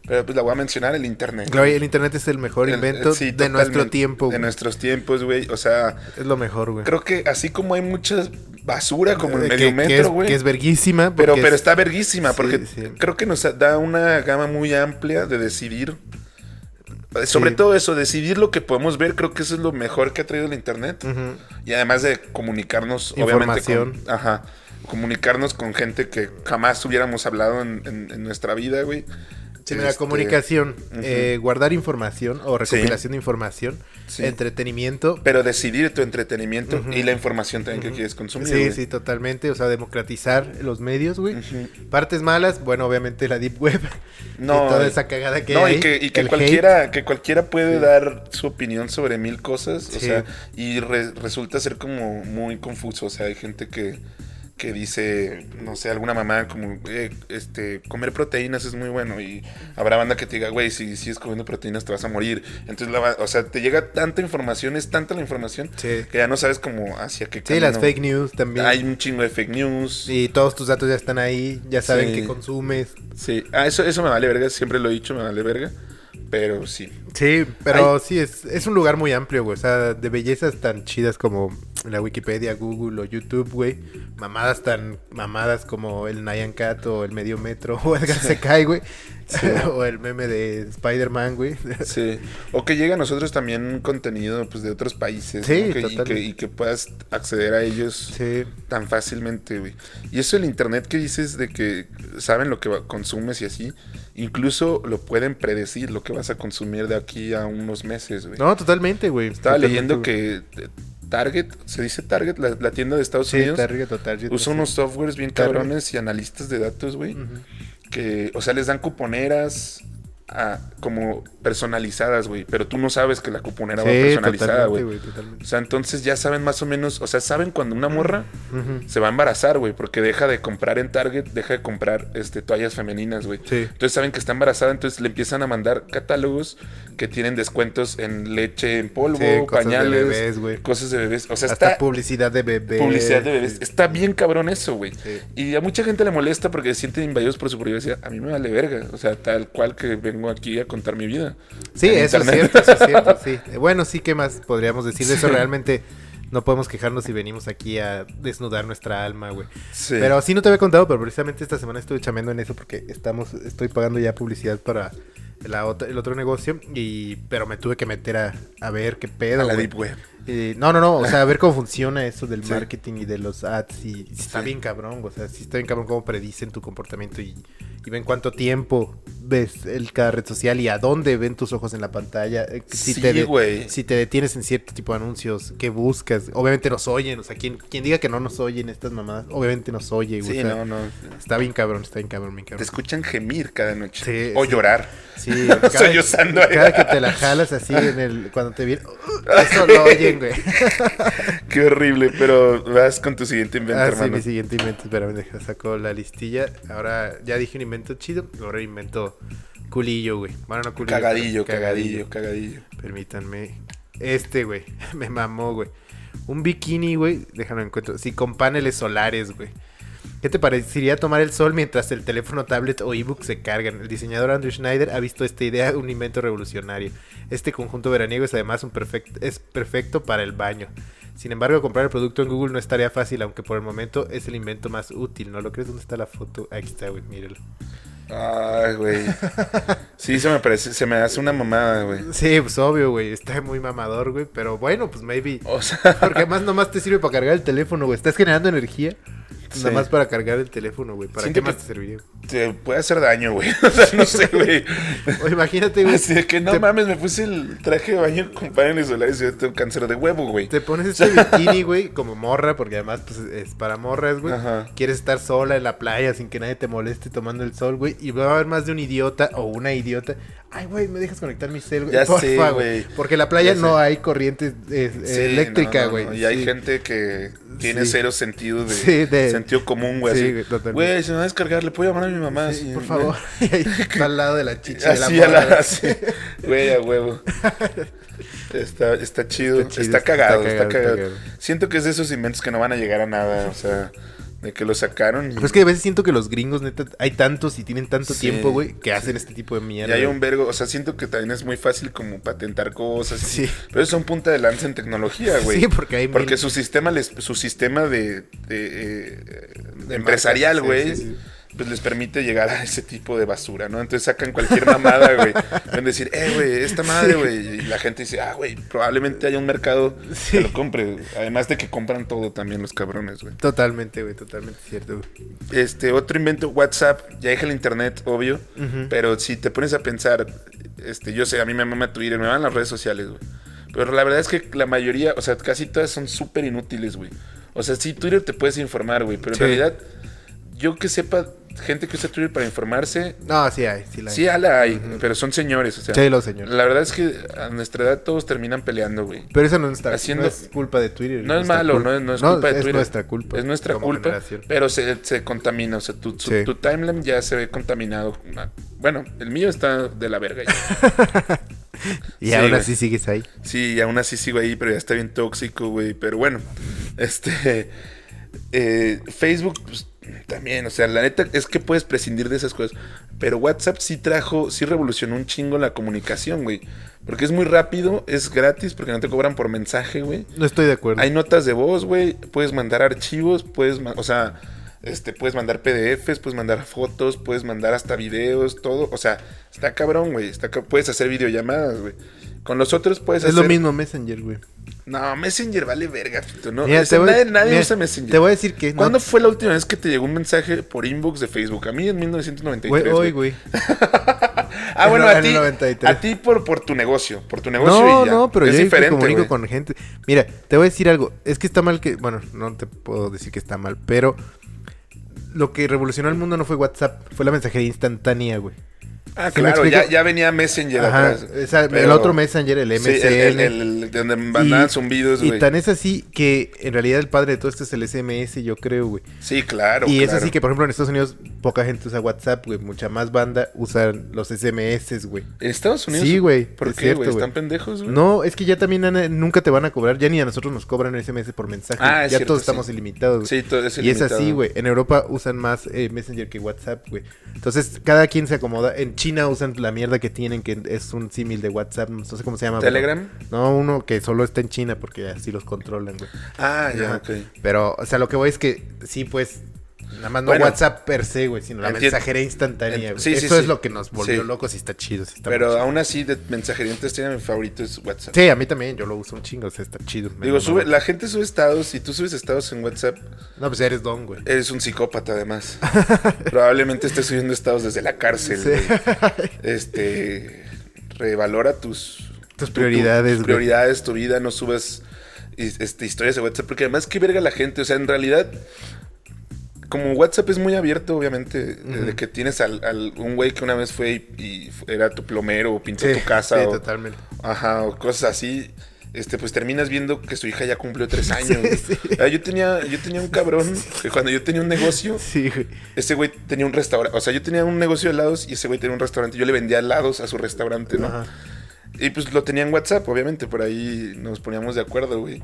pero pues la voy a mencionar, el internet.
Claro, el internet es el mejor
El-
invento
sí,
de nuestro
totalmente,
tiempo,
De
güey.
nuestros tiempos, güey. O sea,
Es lo mejor, güey.
creo que así como hay mucha basura como en
Eh,
medio
que, que es,
metro, güey.
que es verguísima.
pero,
porque
pero
es-
está verguísima,
Sí,
porque
sí.
creo que nos da una gama muy amplia de decidir. Eh, Sobre
Sí.
todo eso, decidir lo que podemos ver, creo que eso es lo mejor que ha traído el internet.
Ujú.
Y además de comunicarnos, obviamente. Con,
Mm. Información.
ajá. Comunicarnos con gente que jamás hubiéramos hablado en, en- en nuestra vida, güey.
Sí, mira,
Este,
comunicación,
ujú.
eh, guardar información o recopilación de información,
Sí.
entretenimiento.
Pero decidir tu entretenimiento
Ujú.
y la información también que quieres consumir.
Sí,
güey.
sí, totalmente. O sea, democratizar los medios, güey.
Ujú.
Partes malas, bueno, obviamente la Deep Web.
No,
y toda
y-
esa cagada que
no,
hay.
y que, y que
el hate.
cualquiera, que cualquiera puede dar su opinión sobre mil cosas, o
Sí.
sea, y re- resulta ser como muy confuso, o sea, hay gente que, que dice, no sé, alguna mamá como, "Eh, este, comer proteínas es muy bueno, y habrá banda que te diga, güey, si sigues comiendo proteínas te vas a morir, entonces, la va- o sea, te llega tanta información, es tanta la información,
Sí.
que ya no sabes como hacia qué
Sí, las
camino.
fake news también.
Hay un chingo de fake news.
Y todos tus datos ya están ahí, ya saben
Sí.
que consumes.
Sí, ah, eso, eso me vale verga, siempre lo he dicho, me vale verga. Pero sí.
Sí, pero sí, es, es un lugar muy amplio, güey. O sea, de bellezas tan chidas como la Wikipedia, Google o YouTube, güey. Mamadas tan mamadas como el Nyan Cat o el Medio Metro o el Sekai, güey. o el meme de Spider-Man, güey.
Sí. O que llegue a nosotros también contenido pues, de otros países.
Sí,
¿no? Que- y,
total.
que, y que puedas acceder a ellos
Sí.
tan fácilmente, güey. Y eso el internet que dices de que saben lo que va- consumes y así, incluso lo pueden predecir lo que vas a consumir de aquí a unos meses, güey.
No, totalmente, güey.
Estaba
Totalmente,
leyendo
güey.
que eh, Target, se dice Target, la, la tienda de Estados
Sí,
Unidos,
está rico, total. yo
usa
no sé.
unos softwares bien
Target.
cabrones y analistas de datos, güey.
Ujú.
que, o sea, les dan cuponeras, ah, como personalizadas, güey. Pero tú no sabes que la cuponera
Sí,
va personalizada,
totalmente,
güey.
güey, totalmente.
O sea, entonces ya saben más o menos, o sea, saben cuando una morra se va a embarazar, güey, porque deja de comprar en Target, deja de comprar este, toallas femeninas, güey.
Sí.
Entonces saben que está embarazada, entonces le empiezan a mandar catálogos que tienen descuentos en leche en polvo,
Sí, cosas de
pañales,
bebés, güey.
cosas de bebés. O sea,
Hasta
está
publicidad de bebés.
publicidad de bebés. Está bien cabrón eso, güey.
Sí.
Y a mucha gente le molesta porque se sienten invadidos por su privacidad. A mí me vale verga. O sea, tal cual que vengo aquí a contar mi vida.
Sí,
en
eso
internet.
es cierto, eso es cierto, sí. Eh, Bueno, sí, ¿qué más podríamos decir de eso? Realmente no podemos quejarnos si venimos aquí a desnudar nuestra alma, güey.
Sí.
Pero sí no te había contado, pero precisamente esta semana estuve chameando en eso porque estamos, estoy pagando ya publicidad para la otra- el otro negocio y pero me tuve que meter a, a ver qué pedo.
a la
güey.
deep web.
Eh, no, no, no, o sea, a ver cómo funciona eso del
Sí.
marketing y de los ads y, y está
Sí.
bien cabrón, o sea, sí está bien cabrón cómo predicen tu comportamiento y, y ven cuánto tiempo ves el, cada red social y a dónde ven tus ojos en la pantalla, eh, si,
Sí,
te de-
güey.
si te detienes en cierto tipo de anuncios, qué buscas, obviamente nos oyen, o sea, quien, quien diga que no nos oyen estas mamadas, obviamente nos oye, güey,
Sí,
o sea,
no, no.
está bien cabrón, está bien cabrón, bien
Te
cabrón.
escuchan gemir cada noche.
Sí,
o
sí.
llorar.
Sí,
Estoy usando eh. ahí.
cada que te la jalas así en el, cuando te vienen, eso lo oyen, güey.
Qué horrible, pero vas con tu siguiente invento,
Ah, sí,
hermano.
mi siguiente invento. Espérame, deja, saco la listilla. Ahora ya dije un invento chido. Ahora invento culillo, güey. Bueno, no culillo.
Cagadillo,
pero
cagadillo, cagadillo.
Permítanme. Este, güey. Me mamó, güey. Un bikini, güey. Déjalo encuentro. Sí, con paneles solares, güey. ¿Qué te parecería tomar el sol mientras el teléfono, tablet o ebook se cargan? El diseñador Andrew Schneider ha visto esta idea un invento revolucionario. Este conjunto veraniego es además un perfect- es perfecto para el baño. Sin embargo, comprar el producto en Google no es tarea fácil, aunque por el momento es el invento más útil. ¿No lo crees? ¿Dónde está la foto? Aquí está, güey, míralo.
Ay, güey. Sí, se me parece, se me hace una mamada, güey.
Sí, pues obvio, güey. Está muy mamador, güey. Pero bueno, pues maybe.
O sea,
Porque además nomás te sirve para cargar el teléfono, güey. Estás generando energía.
Sí.
Nomás para cargar el teléfono, güey. ¿Para
Siento
qué más
que-
te serviría?
te puede hacer daño, güey. O sea, no sé, güey.
O imagínate, güey.
Así de que no
te,
mames, me puse el traje de baño con paneles solares y yo tengo cáncer de huevo, güey.
te pones este bikini, güey, como morra, porque además pues, es para morras, güey.
Ajá.
Quieres estar sola en la playa sin que nadie te moleste tomando el sol, güey. Y va a haber más de un idiota o una idiota. Ay, güey, me dejas conectar mi cel, güey.
Ya
Porfa,
sé, güey.
Porque en la playa
Ya
no
sé.
hay corriente eh,
Sí,
eléctrica,
no, no,
güey.
no. Y hay
Sí.
gente que tiene
Sí.
cero sentido de,
Sí, de-
sentido común, güey.
Sí,
así,
güey, totalmente.
Güey, se me va a descargar, le puedo llamar a mi mamá.
Sí,
así,
por
güey.
favor. Y ahí está al lado de la chicha de la
Así, a la-
morra, güey.
así. Güey, a huevo. Está, está chido. Está,
Está chido, está
cagado, está,
cagado,
cagado.
está cagado.
Siento que es de esos inventos que no van a llegar a nada. O sea, de que lo sacaron y,
Pero es que a veces siento que los gringos, neta, hay tantos y tienen tanto
Sí,
tiempo, güey, que hacen este tipo de
y
mierda.
hay
güey.
un vergo. O sea, siento que también es muy fácil como patentar cosas.
Sí.
Pero son punta de lanza en tecnología, güey.
Sí, porque hay mil-
Porque su sistema, les, su sistema de, de, eh,
De
empresarial,
marcas, sí,
güey,
sí, sí.
pues les permite llegar a ese tipo de basura, ¿no? Entonces sacan cualquier mamada, güey. Pueden decir, eh, güey, esta madre, güey. Y la gente dice, ah, güey, probablemente haya un mercado
Sí.
que lo compre. Además de que compran todo también los cabrones, güey.
Totalmente, güey, totalmente cierto, güey.
Este, otro invento, WhatsApp. Ya deja el internet, obvio.
Ujú.
Pero si te pones a pensar, este, yo sé, a mí me mama Twitter, me maman las redes sociales, güey. Pero la verdad es que la mayoría, o sea, casi todas son súper inútiles, güey. O sea, sí, Twitter te puedes informar, güey. Pero
Sí.
en realidad, yo que sepa, gente que usa Twitter para informarse,
No, sí hay, sí la hay.
sí, ala hay, pero son señores, o sea.
Sí, los señores.
La verdad es que a nuestra edad todos terminan peleando, güey.
Pero eso no, es nuestra-
Haciendo-
no es culpa de Twitter.
No es
nuestra
malo,
culpa.
no es, no es culpa de
es
Twitter.
nuestra culpa.
Es nuestra
como
culpa,
generación.
pero se, se contamina. O sea, tu, su-
Sí.
tu timeline ya se ve contaminado. Bueno, el mío está de la verga ya.
Y
Sí,
aún
güey.
así sigues ahí.
Sí, aún así sigo ahí, pero ya está bien tóxico, güey. Pero bueno, este... eh, Facebook pues, también, o sea, la neta es que puedes prescindir de esas cosas. Pero WhatsApp sí trajo, sí revolucionó un chingo la comunicación, güey. Porque es muy rápido, es gratis, porque no te cobran por mensaje, güey.
No estoy de acuerdo.
Hay notas de voz, güey. Puedes mandar archivos, puedes, ma- o sea, este, puedes mandar PDFs, puedes mandar fotos, puedes mandar hasta videos, todo. O sea, está cabrón, güey. Está ca- puedes hacer videollamadas, güey. Con los otros puedes
es
hacer.
lo mismo Messenger, güey.
No, Messenger vale verga, Fito, ¿no?
Mira,
O
te
sea,
voy-
nadie nadie
mira,
usa Messenger.
Te voy a decir que... no-
¿Cuándo fue la última vez que te llegó un mensaje por inbox de Facebook? A mí en 1993.
Güey, hoy,
güey.
güey.
Ah, bueno,
En
a
el
ti.
93.
A ti por, por tu negocio. Por tu negocio
No,
y ya.
no, pero
es
yo
diferente,
me comunico
güey.
con gente. Mira, te voy a decir algo. Es que está mal que. Bueno, no te puedo decir que está mal, pero. Lo que revolucionó el mundo no fue WhatsApp, fue la mensajería instantánea, güey.
Ah,
¿Sí me
claro,
explico?
ya, ya venía Messenger
Ajá,
atrás.
o sea, el
pero-
otro Messenger, el MCN.
Sí, el, el- el- el de donde mandaban zumbidos,
y
güey.
tan es así que en realidad el padre de todo esto es el SMS, yo creo, güey.
Sí, claro.
y es
claro.
así que, por ejemplo, en Estados Unidos poca gente usa WhatsApp, güey. Mucha más banda usan los SMS, güey.
¿En Estados Unidos?
Sí, güey,
¿Por
es
qué,
cierto,
güey?
güey.
¿Están pendejos, güey?
No, es que ya también Ana, nunca te van a cobrar, ya ni a nosotros nos cobran SMS por mensaje.
Ah, es
ya
cierto,
todos
sí.
estamos ilimitados. güey.
Sí, todo es
y es
ilimitado.
así, güey. En Europa usan más eh, Messenger que WhatsApp, güey. Entonces, cada quien se acomoda. En China usan la mierda que tienen, que es un símil de WhatsApp. No sé cómo se llama. pero-
¿Telegram?
No, uno que solo está en China porque así los controlan, güey.
Ah, ya,
Ajá.
ok.
Pero, o sea, lo que voy es que sí, pues, nada más no
Bueno.
WhatsApp per se, güey, sino la
Enti-
mensajería instantánea,
Ent-
güey.
sí, sí,
Eso
sí.
es lo que nos volvió
Sí.
locos y está chido. sí está muy
Pero
chido.
aún así, de mensajería tiene mi favorito es WhatsApp.
Sí, a mí también, yo lo uso un chingo, o sea, está chido. me
Digo,
lo
sube,
mamo.
la gente sube estados y tú subes estados en WhatsApp,
No, pues eres don, güey.
eres un psicópata además. Probablemente estés subiendo estados desde la cárcel.
Sí.
güey. Este, revalora tus
Tus prioridades,
tus
güey.
prioridades, tu vida, no subas his- este, historias de WhatsApp porque además qué verga la gente, o sea, en realidad como WhatsApp es muy abierto, obviamente, desde que tienes al, al- un güey que una vez fue y, y fu- era tu plomero o pintó
Sí,
tu casa
sí,
o,
totalmente.
Ajá, o cosas así. Este, pues terminas viendo que su hija ya cumplió tres años. güey.
sí.
Ah, Yo tenía, yo tenía un cabrón que cuando yo tenía un negocio,
Sí, güey.
ese güey tenía un restaurante. O sea, yo tenía un negocio de helados y ese güey tenía un restaurante. Yo le vendía helados a su restaurante, ¿no?
Ajá.
Y pues lo tenía en WhatsApp, obviamente, por ahí nos poníamos de acuerdo, güey.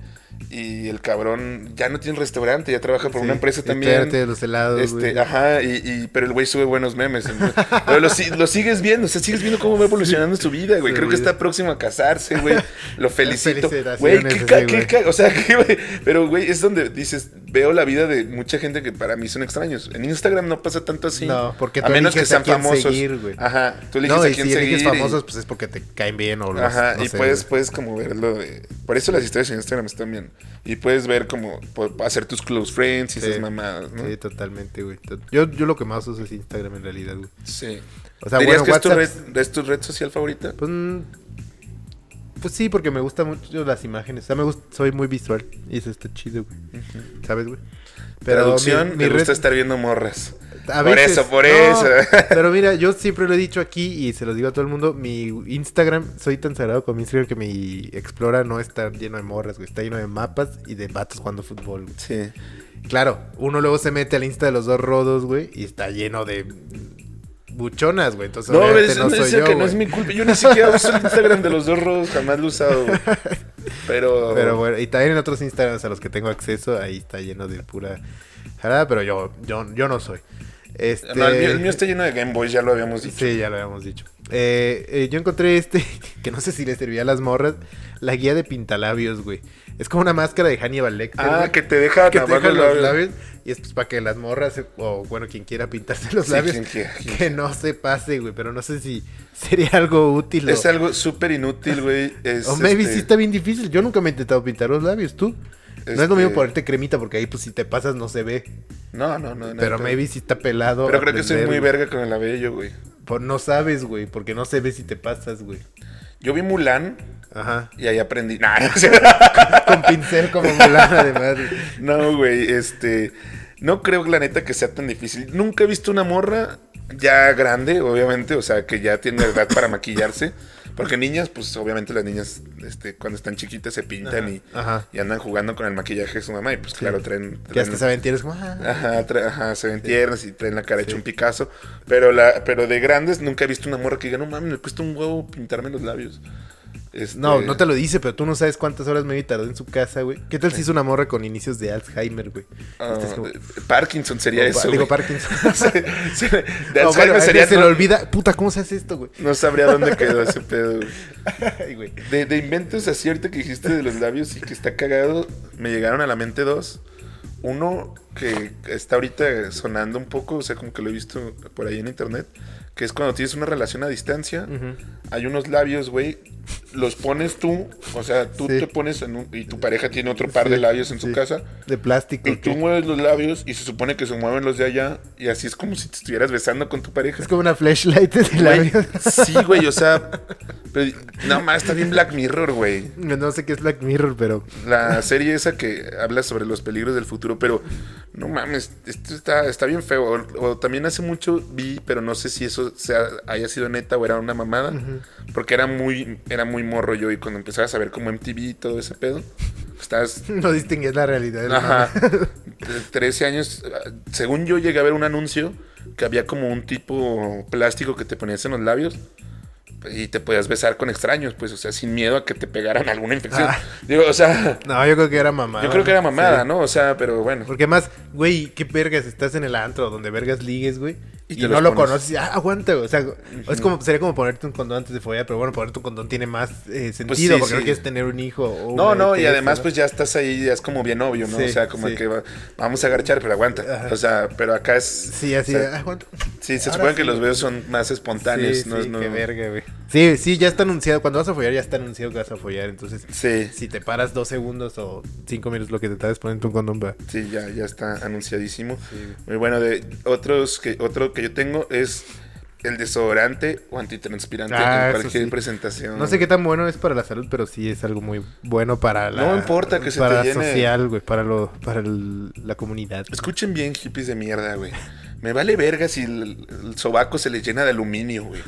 Y el cabrón ya no tiene restaurante, ya trabaja por
Sí,
una empresa
y
también.
espérate de los helados,
Este,
güey.
ajá, y, y- pero el güey sube buenos memes. ¿no? Pero lo, si- lo sigues viendo, o sea, sigues viendo cómo va evolucionando su vida, güey.
Su
Creo que
vida.
está próximo a casarse, güey. Lo felicito.
Felicitaciones
Güey, qué, ca-
ese
qué
güey.
ca- o sea, que, güey, pero güey, es donde dices, veo la vida de mucha gente que para mí son extraños. En Instagram no pasa tanto así.
No, porque
a
tú
menos que
eliges a
sean
quién
famosos.
seguir, güey.
ajá, tú eliges
No,
a
y
quién
si
seguir.
eliges
y-
famosos, pues es porque te caen bien o los,
Ajá,
no
y
sé,
puedes,
güey.
puedes como verlo de... Por eso las historias en Instagram están bien. Y puedes ver como po- hacer tus close friends y
Sí.
esas mamadas, pues, ¿no?
Sí,
Sí.
totalmente, güey. To- Yo, yo lo que más uso es Instagram en realidad, güey. O sea,
¿Dirías
bueno,
que es tu,
WhatsApp-
red, es tu red social favorita?
Pues, mm, pues sí, porque me gustan mucho las imágenes. O sea, me gusta, soy muy visual. Y eso está chido, güey. ¿Sabes, güey?
Traducción,
mi- mi
me gusta
red-
estar viendo morras.
a
por
veces-
eso,
no,
por eso.
Pero mira, yo siempre lo he dicho aquí y se los digo a todo el mundo. Mi Instagram, soy tan sagrado con mi Instagram que mi Explora no está lleno de morras, güey. Está lleno de mapas y de vatos jugando fútbol, güey.
Sí.
Claro, uno luego se mete al Insta de los dos rodos, güey, y está lleno de buchonas, güey. Entonces,
No,
obviamente
eso no,
soy
eso
yo,
que no
güey.
es mi culpa. Yo ni siquiera uso el Instagram de los dos rodos, jamás lo he usado. güey. Pero,
Pero bueno, y también en otros Instagrams a los que tengo acceso, ahí está lleno de pura jarada, pero yo, yo, yo no soy. Este...
No, el, mío, el mío está lleno de Game Boy, ya lo habíamos dicho.
Sí, ya lo habíamos dicho. Eh, eh, yo encontré este, que no sé si le servía a las morras, la guía de pintalabios, güey. Es como una máscara de Hannibal Lecter.
Ah,
güey,
que te deja
que te
tapar
dejan los
labios.
labios y es pues para que las morras, eh, o bueno, quien quiera pintarse los
Sí,
labios,
quien quiera, quien
que no se pase, güey, pero no sé si sería algo útil.
Es
o-
algo súper inútil, güey. Es,
o maybe
este,
sí está bien difícil. Yo nunca me he intentado pintar los labios, tú. No es
Este-
lo mismo ponerte cremita porque ahí pues si te pasas no se ve.
No, no, no. no,
pero
no.
maybe sí está pelado.
Pero creo que soy
aprender,
muy
güey.
verga con el labello, güey.
Por- no sabes, güey, porque no se ve si te pasas, güey.
Yo vi Mulan
Ajá.
y ahí aprendí. Nah, no, sé.
Con pincel como Mulan, además. güey.
No, güey, este. No creo que la neta que sea tan difícil. Nunca he visto una morra ya grande, obviamente, o sea, que ya tiene edad para maquillarse. Porque niñas, pues obviamente las niñas, este, cuando están chiquitas se pintan y,
Ajá.
y andan jugando con el maquillaje de su mamá. Y pues claro, traen.
Que
traen-
hasta saben, tienes como. ah,
Ajá, tra- ajá, se ven tiernas y traen la cara hecha un Picasso. Pero, la, pero de grandes nunca he visto una morra que diga, no mames, me cuesta un huevo pintarme los labios. Este,
No, no te lo dice, pero tú no sabes cuántas horas me tardó en su casa, güey. ¿Qué tal si hizo una morra con inicios de Alzheimer, güey?
ah,
Estás como-
Parkinson sería
o pa-
eso.
Digo,
güey.
Parkinson.
Sí, sí, de
No,
Alzheimer
bueno, este
sería-
se le
no-
olvida. Puta, ¿cómo se hace esto, güey?
No sabría dónde quedó ese pedo. güey.
Ay, güey.
De, de inventos así ahorita que dijiste de los labios y que está cagado, me llegaron a la mente dos. Uno que está ahorita sonando un poco, o sea, como que lo he visto por ahí en internet, que es cuando tienes una relación a distancia, hay unos labios, güey, los pones tú, o sea, tú
Sí.
te pones en un, y tu pareja tiene otro par
Sí,
de labios en su
sí.
casa.
De plástico.
Y tú
¿qué?
mueves los labios y se supone que se mueven los de allá y así es como si te estuvieras besando con tu pareja.
Es como una flashlight de
Güey,
labios.
sí, güey, o sea. Pero, no más, está bien Black Mirror, güey.
No sé qué es Black Mirror, pero.
La serie esa que habla sobre los peligros del futuro, pero no mames, esto está, está bien feo. O, o también hace mucho vi, pero no sé si eso eso sea, haya sido neta o era una mamada. Porque era muy, era muy morro yo. Y cuando empezabas a ver como MTV y todo ese pedo, pues, estás
No distingues la realidad. del
Ajá.
mame.
Tre- 13 años. ah, Según yo llegué a ver un anuncio que había como un tipo plástico que te ponías en los labios y te podías besar con extraños, pues, o sea, sin miedo a que te pegaran alguna infección.
Ah.
Digo, o sea,
No, yo creo que era mamada.
yo creo que era mamada,
Sí.
¿no? O sea, pero bueno.
Porque además, güey, qué vergas, estás en el antro donde vergas ligues, güey.
Y
Y,
te
no
los
lo
pones.
conoces, y, ah, aguanta, güey. O sea, es como, sería como ponerte un condón antes de follar, pero bueno, ponerte un condón tiene más eh, sentido
Pues sí,
porque no
sí.
quieres tener un hijo. o
No,
una
no, y
ETS,
además
¿no?
pues ya estás ahí, ya es como bien obvio, ¿no?
Sí,
o sea, como
sí.
que va- vamos a agarchar, pero aguanta.
Ajá.
O sea, pero acá es...
Sí, así,
o
de,
sea,
ah, aguanta.
sí, se
ahora
supone que
sí.
los besos son más espontáneos,
Sí,
¿no?
sí,
No-
qué verga, güey. Sí, sí, ya está anunciado. Cuando vas a follar, ya está anunciado que vas a follar. Entonces,
Sí,
si te paras dos segundos o cinco minutos, lo que te tardes ponerte un condón, va.
sí, ya, ya está anunciadísimo. Muy bueno, de otros que, otro que yo tengo es el desodorante o antitranspirante
Ah,
en
eso
cualquier
sí.
presentación.
No sé qué tan bueno es para la salud, pero sí es algo muy bueno para la
No importa que se
para
te
la
llene.
social, güey, para lo para el- la comunidad.
Escuchen bien, hippies de mierda, güey. Me vale verga si el, el sobaco se les llena de aluminio, güey.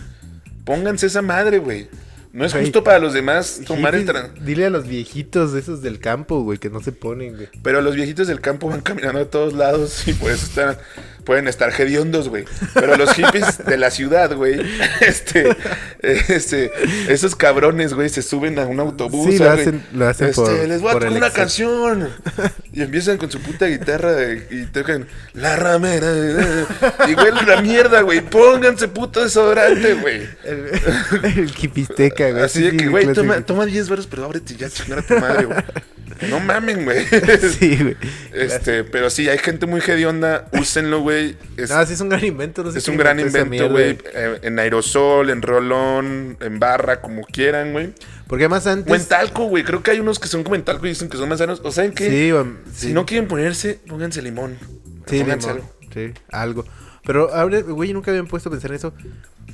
Pónganse esa madre, güey. No es
Güey.
justo para los demás tomar el
Hippies,
tran-
Dile a los viejitos esos del campo, güey, que no se ponen, güey.
Pero los viejitos del campo van caminando a todos lados y por eso están, pueden estar hediondos, güey. Pero los hippies de la ciudad, güey, este, este, esos cabrones, güey, se suben a un autobús.
Sí, lo
güey.
hacen- lo hacen
Este,
por-
Les voy a
por
tocar
el
una
exceso.
canción. Y empiezan con su puta guitarra de- y tocan La Ramera. Y huele la mierda, güey. Pónganse puto desodorante, güey.
El, el jipisteca, güey.
Así
ese
de
sí
que,
es
güey,
clásico.
toma, toma 10 baros, pero ábrete ya, chingar a tu madre, güey. No mamen, güey.
Sí, güey.
Este, pero sí, hay gente muy hedionda, úsenlo, güey. Es,
No, sí es un gran invento, no sé
es
quién
un gran
inventó esa
invento,
mierda,
güey. eh, en aerosol, en rolón, en barra, como quieran, güey.
Porque además
O en
antes
talco, güey. Creo que hay unos que son como en talco y dicen que son más sanos. O saben que
Sí, güey, sí.
si no quieren ponerse, pónganse limón.
Sí,
pónganse
limón,
algo.
sí, algo. Pero ahora, güey, nunca habían puesto a pensar en eso.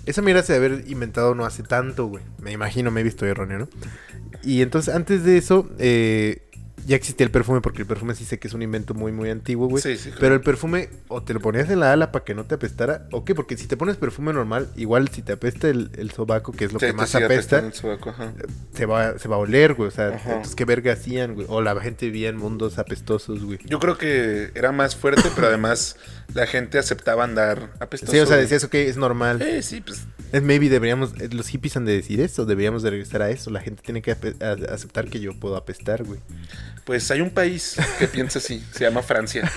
Esa mierda se debe haber inventado no hace tanto, güey. Me imagino, me he visto erróneo, ¿no? Y entonces, antes de eso, eh, ya existía el perfume, porque el perfume sí sé que es un invento muy, muy antiguo, güey.
Sí, sí, claro.
Pero el perfume, o te lo ponías en la ala para que no te apestara, o qué, porque si te pones perfume normal, igual si te apesta el, el sobaco, que es lo
Sí,
que
te
más
sigue
apesta,
apestando el sobaco, ajá.
se va, se va a oler, güey. O sea,
Ajá.
entonces, ¿qué verga hacían, güey? O la gente vivía en mundos apestosos, güey.
Yo creo que era más fuerte, pero además la gente aceptaba andar apestoso.
Sí, o sea,
güey.
decías, ok, es normal.
Eh, sí, pues.
Es maybe deberíamos, eh, los hippies han de decir eso, deberíamos de regresar a eso. La gente tiene que ape- a- aceptar que yo puedo apestar, güey.
Pues hay un país que piensa así, se llama Francia.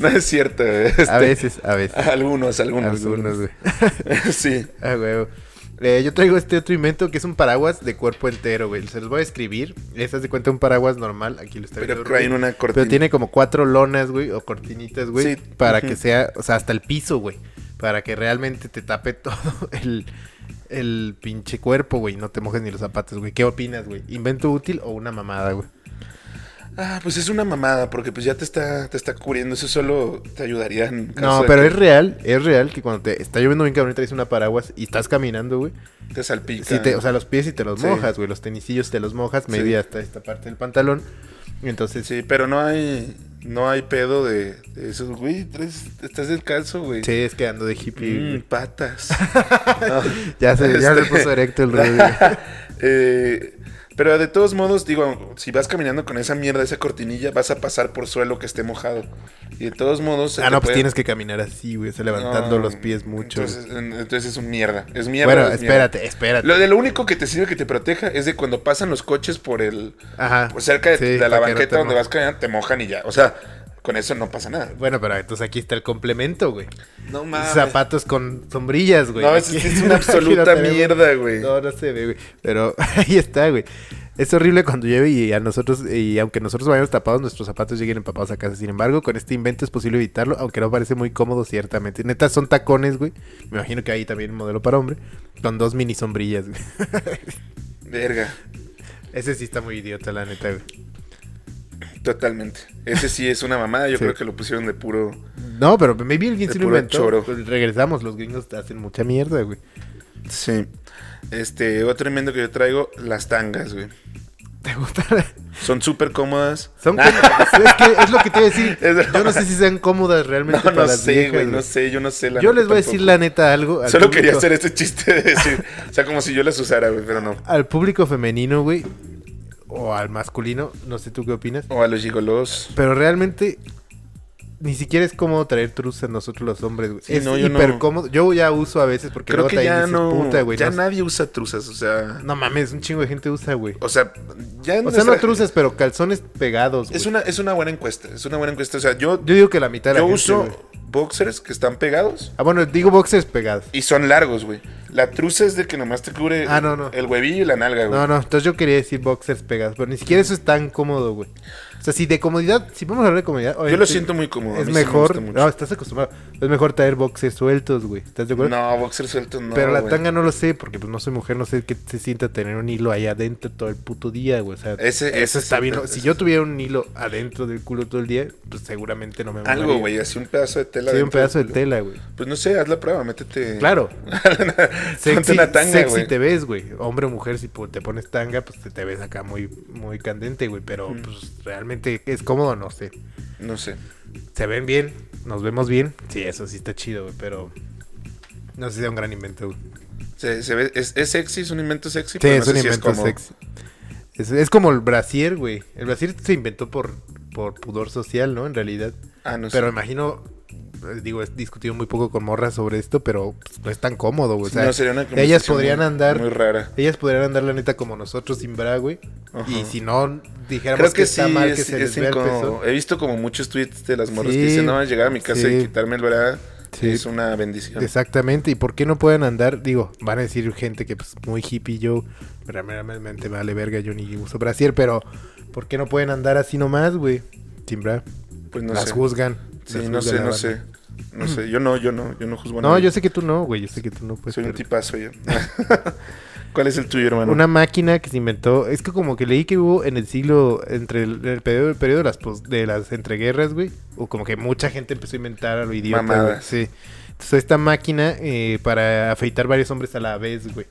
no es cierto. este,
A veces, a veces.
Algunos, algunos.
Algunos, güey.
algunos. sí.
Ah, huevo. Eh, yo traigo este otro invento que es un paraguas de cuerpo entero, güey. Se los voy a escribir. Les de cuenta un paraguas normal. Aquí lo está
Pero
viendo
traen
Rubén.
una cortina.
Pero tiene como cuatro lonas, güey, o cortinitas, güey.
Sí,
Para
ujú.
que sea, o sea, hasta el piso, güey. Para que realmente te tape todo el, el pinche cuerpo, güey. No te mojes ni los zapatos, güey. ¿Qué opinas, güey? ¿Invento útil o una mamada, güey?
Ah, pues es una mamada, porque pues ya te está, te está cubriendo. Eso solo te ayudaría en caso
No,
de
pero
que
es real, es real que cuando te está lloviendo bien cabrón y traes una paraguas y estás caminando, güey.
te salpica.
Sí te, o sea, los pies y te los
Sí.
mojas, güey. Los tenisillos te los mojas,
Sí.
media hasta esta parte del pantalón. Entonces, sí,
Sí, pero no hay, no hay pedo de, de esos, güey, traes- estás descalzo, güey.
es que ando de hippie.
Mm,
güey.
patas.
Ya se, ya le
Este-
puso erecto el rey, güey.
Eh, pero de todos modos, digo, si vas caminando con esa mierda, esa cortinilla, vas a pasar por suelo que esté mojado. Y de todos modos. se
Ah,
te
no, pues
puede-
tienes que caminar así, güey. o sea, levantando
No,
los pies mucho. güey.
Entonces, en- entonces es un mierda. Es mierda.
bueno,
es mierda.
espérate, espérate.
Lo de lo único que te sirve que te proteja es de cuando pasan los coches por el.
Ajá.
por pues cerca de,
Sí,
de
para
la
que no
banqueta
te
donde
mojes.
vas caminando, te mojan y ya. O sea, con eso no pasa nada.
Bueno, pero entonces aquí está el complemento, güey.
No
Zapatos con sombrillas, güey.
No, es,
Aquí-
es una
aquí lo
absoluta
tenemos.
mierda, güey.
No, no se ve, güey. Pero ahí está, güey. Es horrible cuando llueve y a nosotros, y aunque nosotros vayamos tapados, nuestros zapatos lleguen empapados a casa. Sin embargo, con este invento es posible evitarlo, aunque no parece muy cómodo, ciertamente. Neta, son tacones, güey. Me imagino que ahí también modelo para hombre. Con dos mini sombrillas, güey.
Verga.
Ese sí está muy idiota, la neta, güey.
Totalmente. Ese sí es una mamada. Yo
Sí.
creo que lo pusieron de puro.
No, pero maybe alguien
De
sí lo
puro
inventó.
choro.
Pues regresamos, los gringos hacen mucha mierda, güey.
Sí. Este, otro invento que yo traigo, las tangas, güey.
¿Te gustará?
Son súper cómodas.
Son
Ah,
cómodas. es, que es lo que te iba a decir.
Es broma.
Yo no sé si sean cómodas realmente
no,
para
no
las
sé,
viejas,
güey,
güey.
no sé, yo no sé. la
Yo
neta
les voy a decir
tampoco.
la neta algo. al
Solo quería
público-
hacer este chiste de decir, o sea, como si yo las usara, güey, pero no.
Al público femenino, güey. O al masculino. No sé tú qué opinas.
O a los gigolos.
Pero realmente. Ni siquiera es cómodo traer truzas nosotros los hombres, güey.
Sí,
es
no, yo no.
hiper cómodo. Yo ya uso a veces porque
Creo
luego
que
también
ya
dices,
no,
puta, güey.
ya
no,
nadie usa truzas, o sea,
no mames, un chingo de gente usa, güey.
o sea, ya en
O sea, no
nuestra-
truzas, pero calzones pegados, güey.
es una es una buena encuesta, es una buena encuesta, o sea, yo
Yo digo que la mitad de la
yo
gente,
uso
güey.
boxers que están pegados
Ah, bueno, digo boxers pegados.
y son largos, güey. La truza es de que nomás te cubre
Ah, no, no.
el huevillo y la nalga, güey.
No, no, entonces yo quería decir boxers pegados, pero ni siquiera eso es tan cómodo, güey. O sea, si de comodidad, si vamos a hablar de comodidad,
yo lo
obviamente
siento muy cómodo. a
Es
mí sí me
mejor,
gusta mucho.
no, estás acostumbrado. Es mejor traer boxers sueltos, güey. ¿Estás de acuerdo?
No, boxers sueltos no.
pero la
güey.
tanga no lo sé, porque pues no soy mujer, no sé qué se sienta tener un hilo ahí adentro todo el puto día, güey. O sea,
Ese- ese
eso está
sí,
bien.
pero-
Si yo tuviera un hilo adentro del culo todo el día, pues seguramente no me
Algo,
mamaría.
güey, así un pedazo de tela.
Sí, un
dentro
pedazo de
del-
tela, güey.
Pues no sé, haz la prueba, métete.
Claro.
Ponte
Sexy,
una tanga,
sexy
güey.
te ves, güey. Hombre o mujer, si po- te pones tanga, pues te, te ves acá muy, muy candente, güey. Pero pues realmente es cómodo, no sé.
No sé.
Se ven bien, nos vemos bien. Sí, eso sí está chido, güey. Pero no sé si sea un gran invento, güey.
Se, se ve, es, es sexy, es un invento sexy.
Sí,
pero no
es
sé
un
si
invento
cómodo.
sexy. Es, es como el brasier, güey. El brasier se inventó por, por pudor social, ¿no? En realidad.
Ah, no sé.
Pero imagino, eh, digo, he discutido muy poco con morras sobre esto, pero pues, no es tan cómodo, güey. O
Sí,
sea,
no, sería una
ellas
conversación
podrían
muy-
andar
Muy rara.
Ellas podrían andar la neta como nosotros sin bra, güey.
Ajá.
Y si no, dijéramos
Creo
que,
que,
está
sí,
mal que
es,
se les
es
vea el
incómodo.
pezón.
He visto como muchos tweets de las morras
Sí,
que dicen, no, llegar a mi casa
sí.
y quitarme el bra
Sí.
es una bendición.
Exactamente. ¿Y por qué no pueden andar? Digo, van a decir gente que pues muy hippie yo. pero Realmente me vale verga, yo ni uso brasier, pero ¿por qué no pueden andar así nomás, güey? Sin bra.
Pues no
las
sé.
juzgan.
Sí,
las
no
juzga
sé,
la
no
banda.
sé. No sé, yo no, yo no, yo no juzgo a
No,
nadie.
yo sé que tú no, güey. Yo sé que tú no puedes.
Soy un
pero-
tipazo yo. ¿Cuál es el tuyo, hermano?
Una máquina que se inventó. Es que como que leí que hubo en el siglo. Entre el, el periodo, el periodo de, las pos- de las entreguerras, güey. O como que mucha gente empezó a inventar a lo idiota, güey,
Mamadas.
Sí. Entonces, esta máquina eh, para afeitar varios hombres a la vez, güey.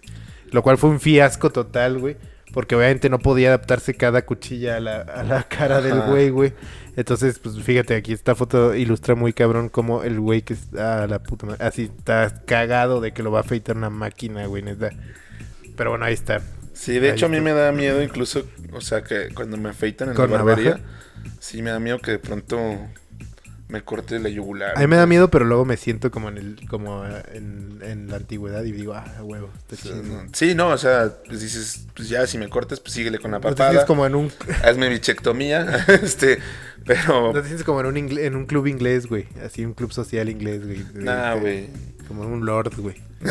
Lo cual fue un fiasco total, güey. Porque obviamente no podía adaptarse cada cuchilla a la, a la cara del
Ajá.
güey, güey. Entonces, pues fíjate, aquí esta foto ilustra muy cabrón cómo el güey que está a la puta madre, así está cagado de que lo va a afeitar una máquina, güey, neta. Pero bueno, ahí está.
Sí, de
Ahí
hecho a mí
está.
me da miedo incluso, o sea, que cuando me afeitan en la
¿Con navaja?
barbería, sí me da miedo que de pronto me corte la yugular.
A mí me da miedo, pero luego me siento como en el como eh, en, en la antigüedad y digo, ah, huevo, está
Sí,
chido.
no. Sí, no, o sea, pues dices, pues ya si me cortas, pues síguele con la
No te sientes
papada.
como en un
Hazme bichectomía, este, pero
no te sientes como en un ingle- en un club inglés, güey, así un club social inglés, güey. de-
nah,
de-
güey.
Como un lord, güey.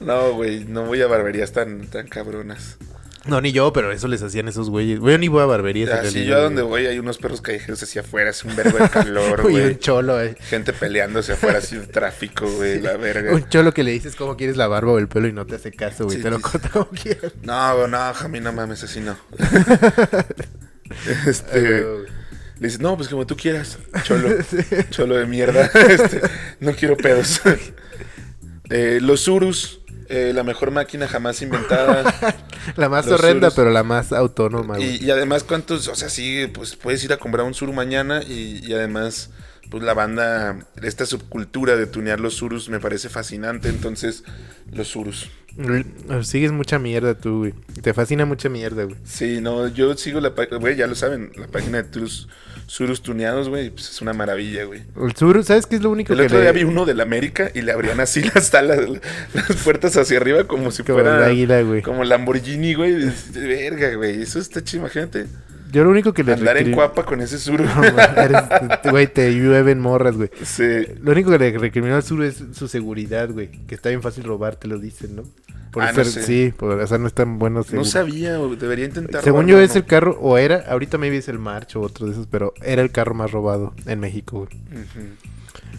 no, güey, no voy a barberías tan tan cabronas.
No, ni yo, pero eso les hacían esos güeyes. Güey, yo ni voy a barberías. en
Así
realidad,
Ah, yo a donde
güey.
voy hay unos perros callejeros hacia afuera, es un verbo de calor,
Uy, un
güey.
cholo, eh.
Gente peleándose afuera, así tráfico, güey, la verga.
Un cholo que le dices cómo quieres la barba o el pelo y no te hace caso, güey.
Sí,
te lo
sí,
corta como quieras.
No, no, Jami, no mames, así no.
Ay,
este,
güey,
le
Ah, güey.
dices, no, pues como tú quieras, cholo, cholo de mierda. Este, no quiero pedos. Eh, los Urus, eh, la mejor máquina jamás inventada.
La más
Los
horrenda,
suros.
pero la más autónoma, güey.
y, y además, ¿cuántos? O sea, sí, pues puedes ir a comprar un Suru mañana y, y además, pues la banda, esta subcultura de tunear los Urus me parece fascinante. Entonces, los Urus.
Mm, Sigues mucha mierda tú, güey. Te fascina mucha mierda, güey.
Sí, no, yo sigo la página, güey, ya lo saben, la página de Turus, Surus Tuneados, güey, pues es una maravilla, güey.
El sur, ¿sabes qué es lo único
El
que
otro
le-
día vi uno del América y le abrían así las talas, las puertas hacia arriba como si
como el
fuera
águila, güey.
como Lamborghini, güey. Es- Verga, güey, eso está chido, imagínate.
Yo lo único que le
Andar en
recri-
cuapa con ese Suru.
No, man, eres- Güey, te llueven morras, güey.
sí.
Lo único que le recrimina al sur es su seguridad, güey. Que está bien fácil robar, te lo dicen, ¿no? Por
Ah,
eso
no sé.
sí, por, o sea, no es tan bueno
No
seguro.
sabía, güey, debería intentar.
Según
robarlo,
yo es
¿no?
el carro, o era, ahorita maybe es el March o otro de esos, pero era el carro más robado en México, güey.
Ujú.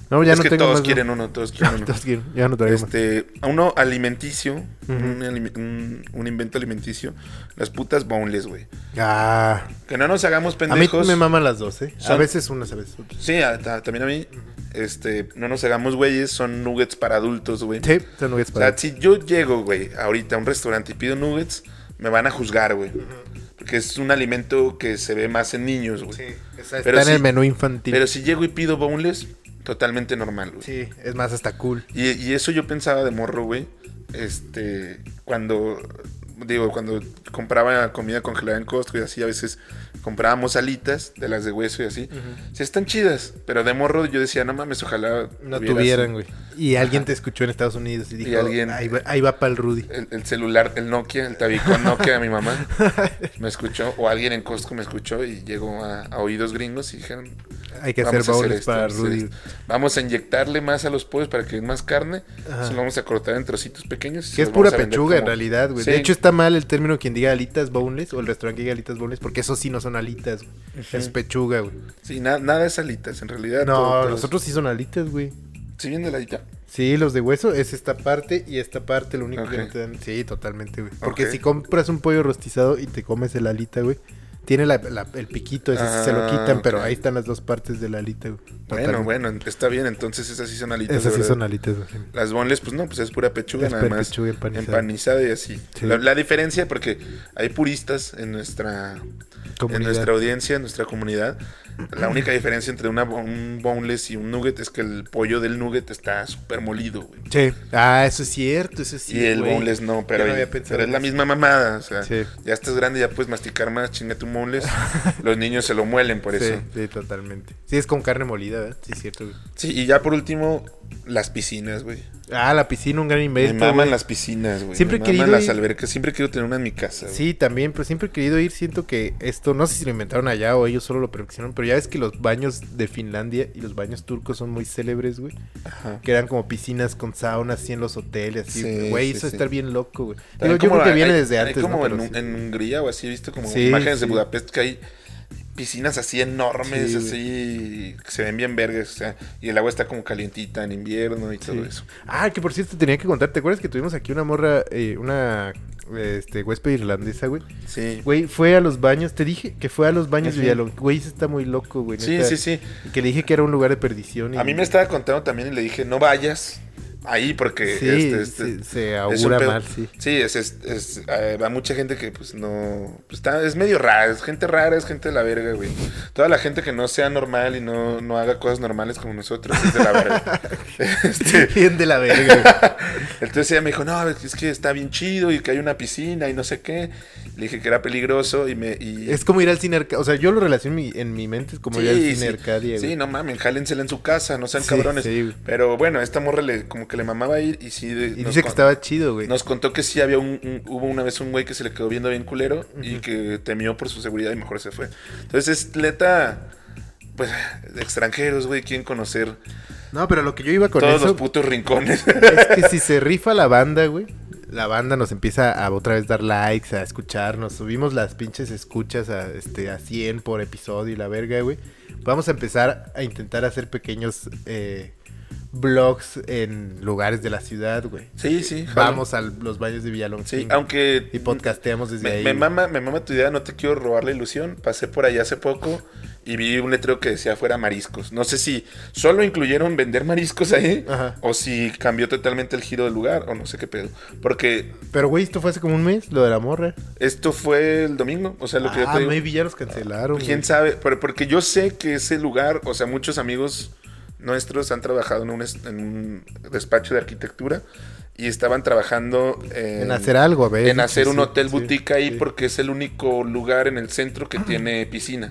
No, ya
es
no
que
tengo
todos
más,
quieren uno, todos quieren
¿no?
uno.
Todos quieren, ya no traigo más.
Este, a uno alimenticio, un,
Ujú.
alime- un- un invento alimenticio, las putas boneless, güey.
Ah,
Que no nos
a
hagamos
mí
pendejos. Ah.
me maman las dos, ¿eh? A
Son-
veces unas, a veces otras.
sí, a- ta- también a mí. Este, no nos hagamos güeyes, son nuggets para adultos, güey.
Sí, son nuggets
O
para
sea, si yo llego, güey, ahorita a un restaurante y pido nuggets, me van a juzgar, güey. Porque es un alimento que se ve más en niños, güey.
Sí, esa está
Pero
en
sí-
el menú infantil.
Pero si llego y pido boneless, totalmente normal, güey.
Sí, es más, hasta cool.
Y, y eso yo pensaba de morro, güey. Este, cuando, digo, cuando compraba comida congelada en Costco y así, a veces comprábamos alitas de las de hueso y así. Sí, están chidas, pero de morro yo decía, no mames, ojalá
No
hubiera
tuvieran, güey. Y alguien te escuchó en Estados Unidos y dijo,
alguien-
ahí va, para el Rudy.
El, el celular, el Nokia, el tabicón Nokia de mi mamá me escuchó, o alguien en Costco me escuchó y llegó a, a oídos gringos y dijeron,
Hay que
Vamos
hacer
a
bowls
esto,
para
vamos a hacer
Rudy.
esto. Vamos a inyectarle más a los pollos para que den más carne.
Ajá.
Se lo vamos a cortar en trocitos pequeños. y se
Que es
los
pura
vamos a vender
pechuga en
como-
realidad, güey. De
Sí.
hecho, está mal el término quien diga alitas boneless o el restaurante que diga alitas boneless porque eso sí no son alitas, güey. Es pechuga, güey.
Sí, na- nada es alitas, en realidad. todo-
No,
todo
nosotros sí son alitas, güey.
es- ¿Sí viene la alita?
Sí, los de hueso es esta parte y esta parte, lo único
Ok.
que no te dan. Sí, totalmente, güey. Porque
Ok.
si compras un pollo rostizado y te comes el alita, güey, tiene la- la- el piquito, ese sí se lo
Ah,
quitan, pero
ok.
ahí están las dos partes de la alita, güey.
Bueno,
Totalmente.
bueno, está bien, entonces esas sí son alitas.
Esas
de
sí
verdad.
son alitas, güey.
Las bonles, pues no, pues es pura pechuga
Es
nada
pura
más.
pechuga empanizada.
empanizada. y así.
Sí.
La, la diferencia, porque hay puristas en nuestra, en
Comunidad.
nuestra audiencia, en nuestra comunidad. La única diferencia entre una, bo- un boneless y un nugget es que el pollo del nugget está súper molido, güey.
Sí. Ah, eso es cierto, eso sí.
y el
güey.
boneless no, pero,
Yo no había pensado
pero es
en
la
eso.
misma mamada. O sea,
Sí.
ya estás grande, ya puedes masticar más, chinga tu boneless. Los niños se lo muelen por
sí,
eso.
sí, totalmente. Sí, es con carne molida, ¿verdad? Sí, es cierto, güey.
Sí, y ya por último, las piscinas, güey.
Ah, la piscina, un gran
Me
invento.
maman
güey.
las piscinas, güey.
Siempre
Me
he querido
maman las
ir-
albercas. Siempre quiero tener una en mi casa, güey.
Sí, también, pero siempre he querido ir. Siento que esto, no sé si lo inventaron allá o ellos solo lo perfeccionaron, pero ya ves que los baños de Finlandia y los baños turcos son muy célebres, güey.
Ajá.
Que eran como piscinas con saunas así en los hoteles. así,
Sí,
güey,
sí,
eso
sí.
estar bien loco, güey. Digo,
También
yo
como
creo que
hay-
viene desde
hay
antes,
como
¿no?
en,
Pero
un-
sí.
en Hungría o así, he visto como
Sí,
imágenes de
sí.
Budapest que hay piscinas así enormes,
Sí, güey.
así, que se ven bien vergas, o sea, y el agua está como calientita en invierno y todo
Sí.
eso.
Ah, que por cierto tenía que contar. ¿Te acuerdas que tuvimos aquí una morra, eh, una este, huésped irlandesa, güey?
Sí.
Güey, fue a los baños. Te dije que fue a los baños de
Ujú.
Villalón. Güey, eso está muy loco, güey.
Sí,
neta.
sí, sí.
Que le dije que era un lugar de perdición. y-
A mí me estaba contando también y le dije, no vayas ahí porque
Sí,
este,
se,
este,
se
es un
augura
pedo".
mal, sí.
Sí, es, es, es, eh, va mucha gente que pues no, pues, está, es medio rara, es gente rara, es gente de la verga, güey. Toda la gente que no sea normal y no, no haga cosas normales como nosotros es de la verga. Este,
Bien de la verga. güey.
entonces ella me dijo, no, es que está bien chido y que hay una piscina y no sé qué. Le dije que era peligroso y me... Y,
es como ir al cine Arcadia. O sea, yo lo relaciono en mi, en mi mente es como ir al cine Arcadia,
sí,
güey.
no mames, jálensela en su casa, no sean
Sí,
cabrones.
sí, güey.
Pero bueno, esta morra le, como que le mamaba ir y sí. de-
y
nos
dice que
con-
estaba chido, güey.
Nos contó que sí había un, un- hubo una vez un güey que se le quedó viendo bien culero y que temió por su seguridad y mejor se fue. Entonces, es neta, pues, de extranjeros, güey, quieren conocer
No, pero lo que yo iba con
todos los
eso
putos rincones.
es que si se rifa la banda, güey, la banda nos empieza a otra vez dar likes, a escucharnos. Subimos las pinches escuchas a, este, a 100 por episodio y la verga, güey. Vamos a empezar a intentar hacer pequeños eh, blogs en lugares de la ciudad, güey.
sí, sí. jalo.
Vamos a los baños de Villalón.
Sí, aunque...
Y podcasteamos desde
me,
ahí.
me
güey.
mama, me mama tu idea, no te quiero robar la ilusión. Pasé por allá hace poco y vi un letrero que decía fuera mariscos. No sé si solo incluyeron vender mariscos ahí
Ajá.
o si cambió totalmente el giro del lugar o no sé qué pedo. Porque
Pero, güey, esto fue hace como un mes, lo de la morra.
esto fue el domingo, o sea, lo que yo
ah,
te digo.
maybe ya los cancelaron.
¿Quién
güey.
sabe? Pero porque yo sé que ese lugar, o sea, muchos amigos nuestros han trabajado en un, es- en un despacho de arquitectura y estaban trabajando en,
En hacer algo, a ver.
en hacer
sí,
un
sí,
hotel
sí,
boutique ahí
sí.
porque es el único lugar en el centro que tiene piscina.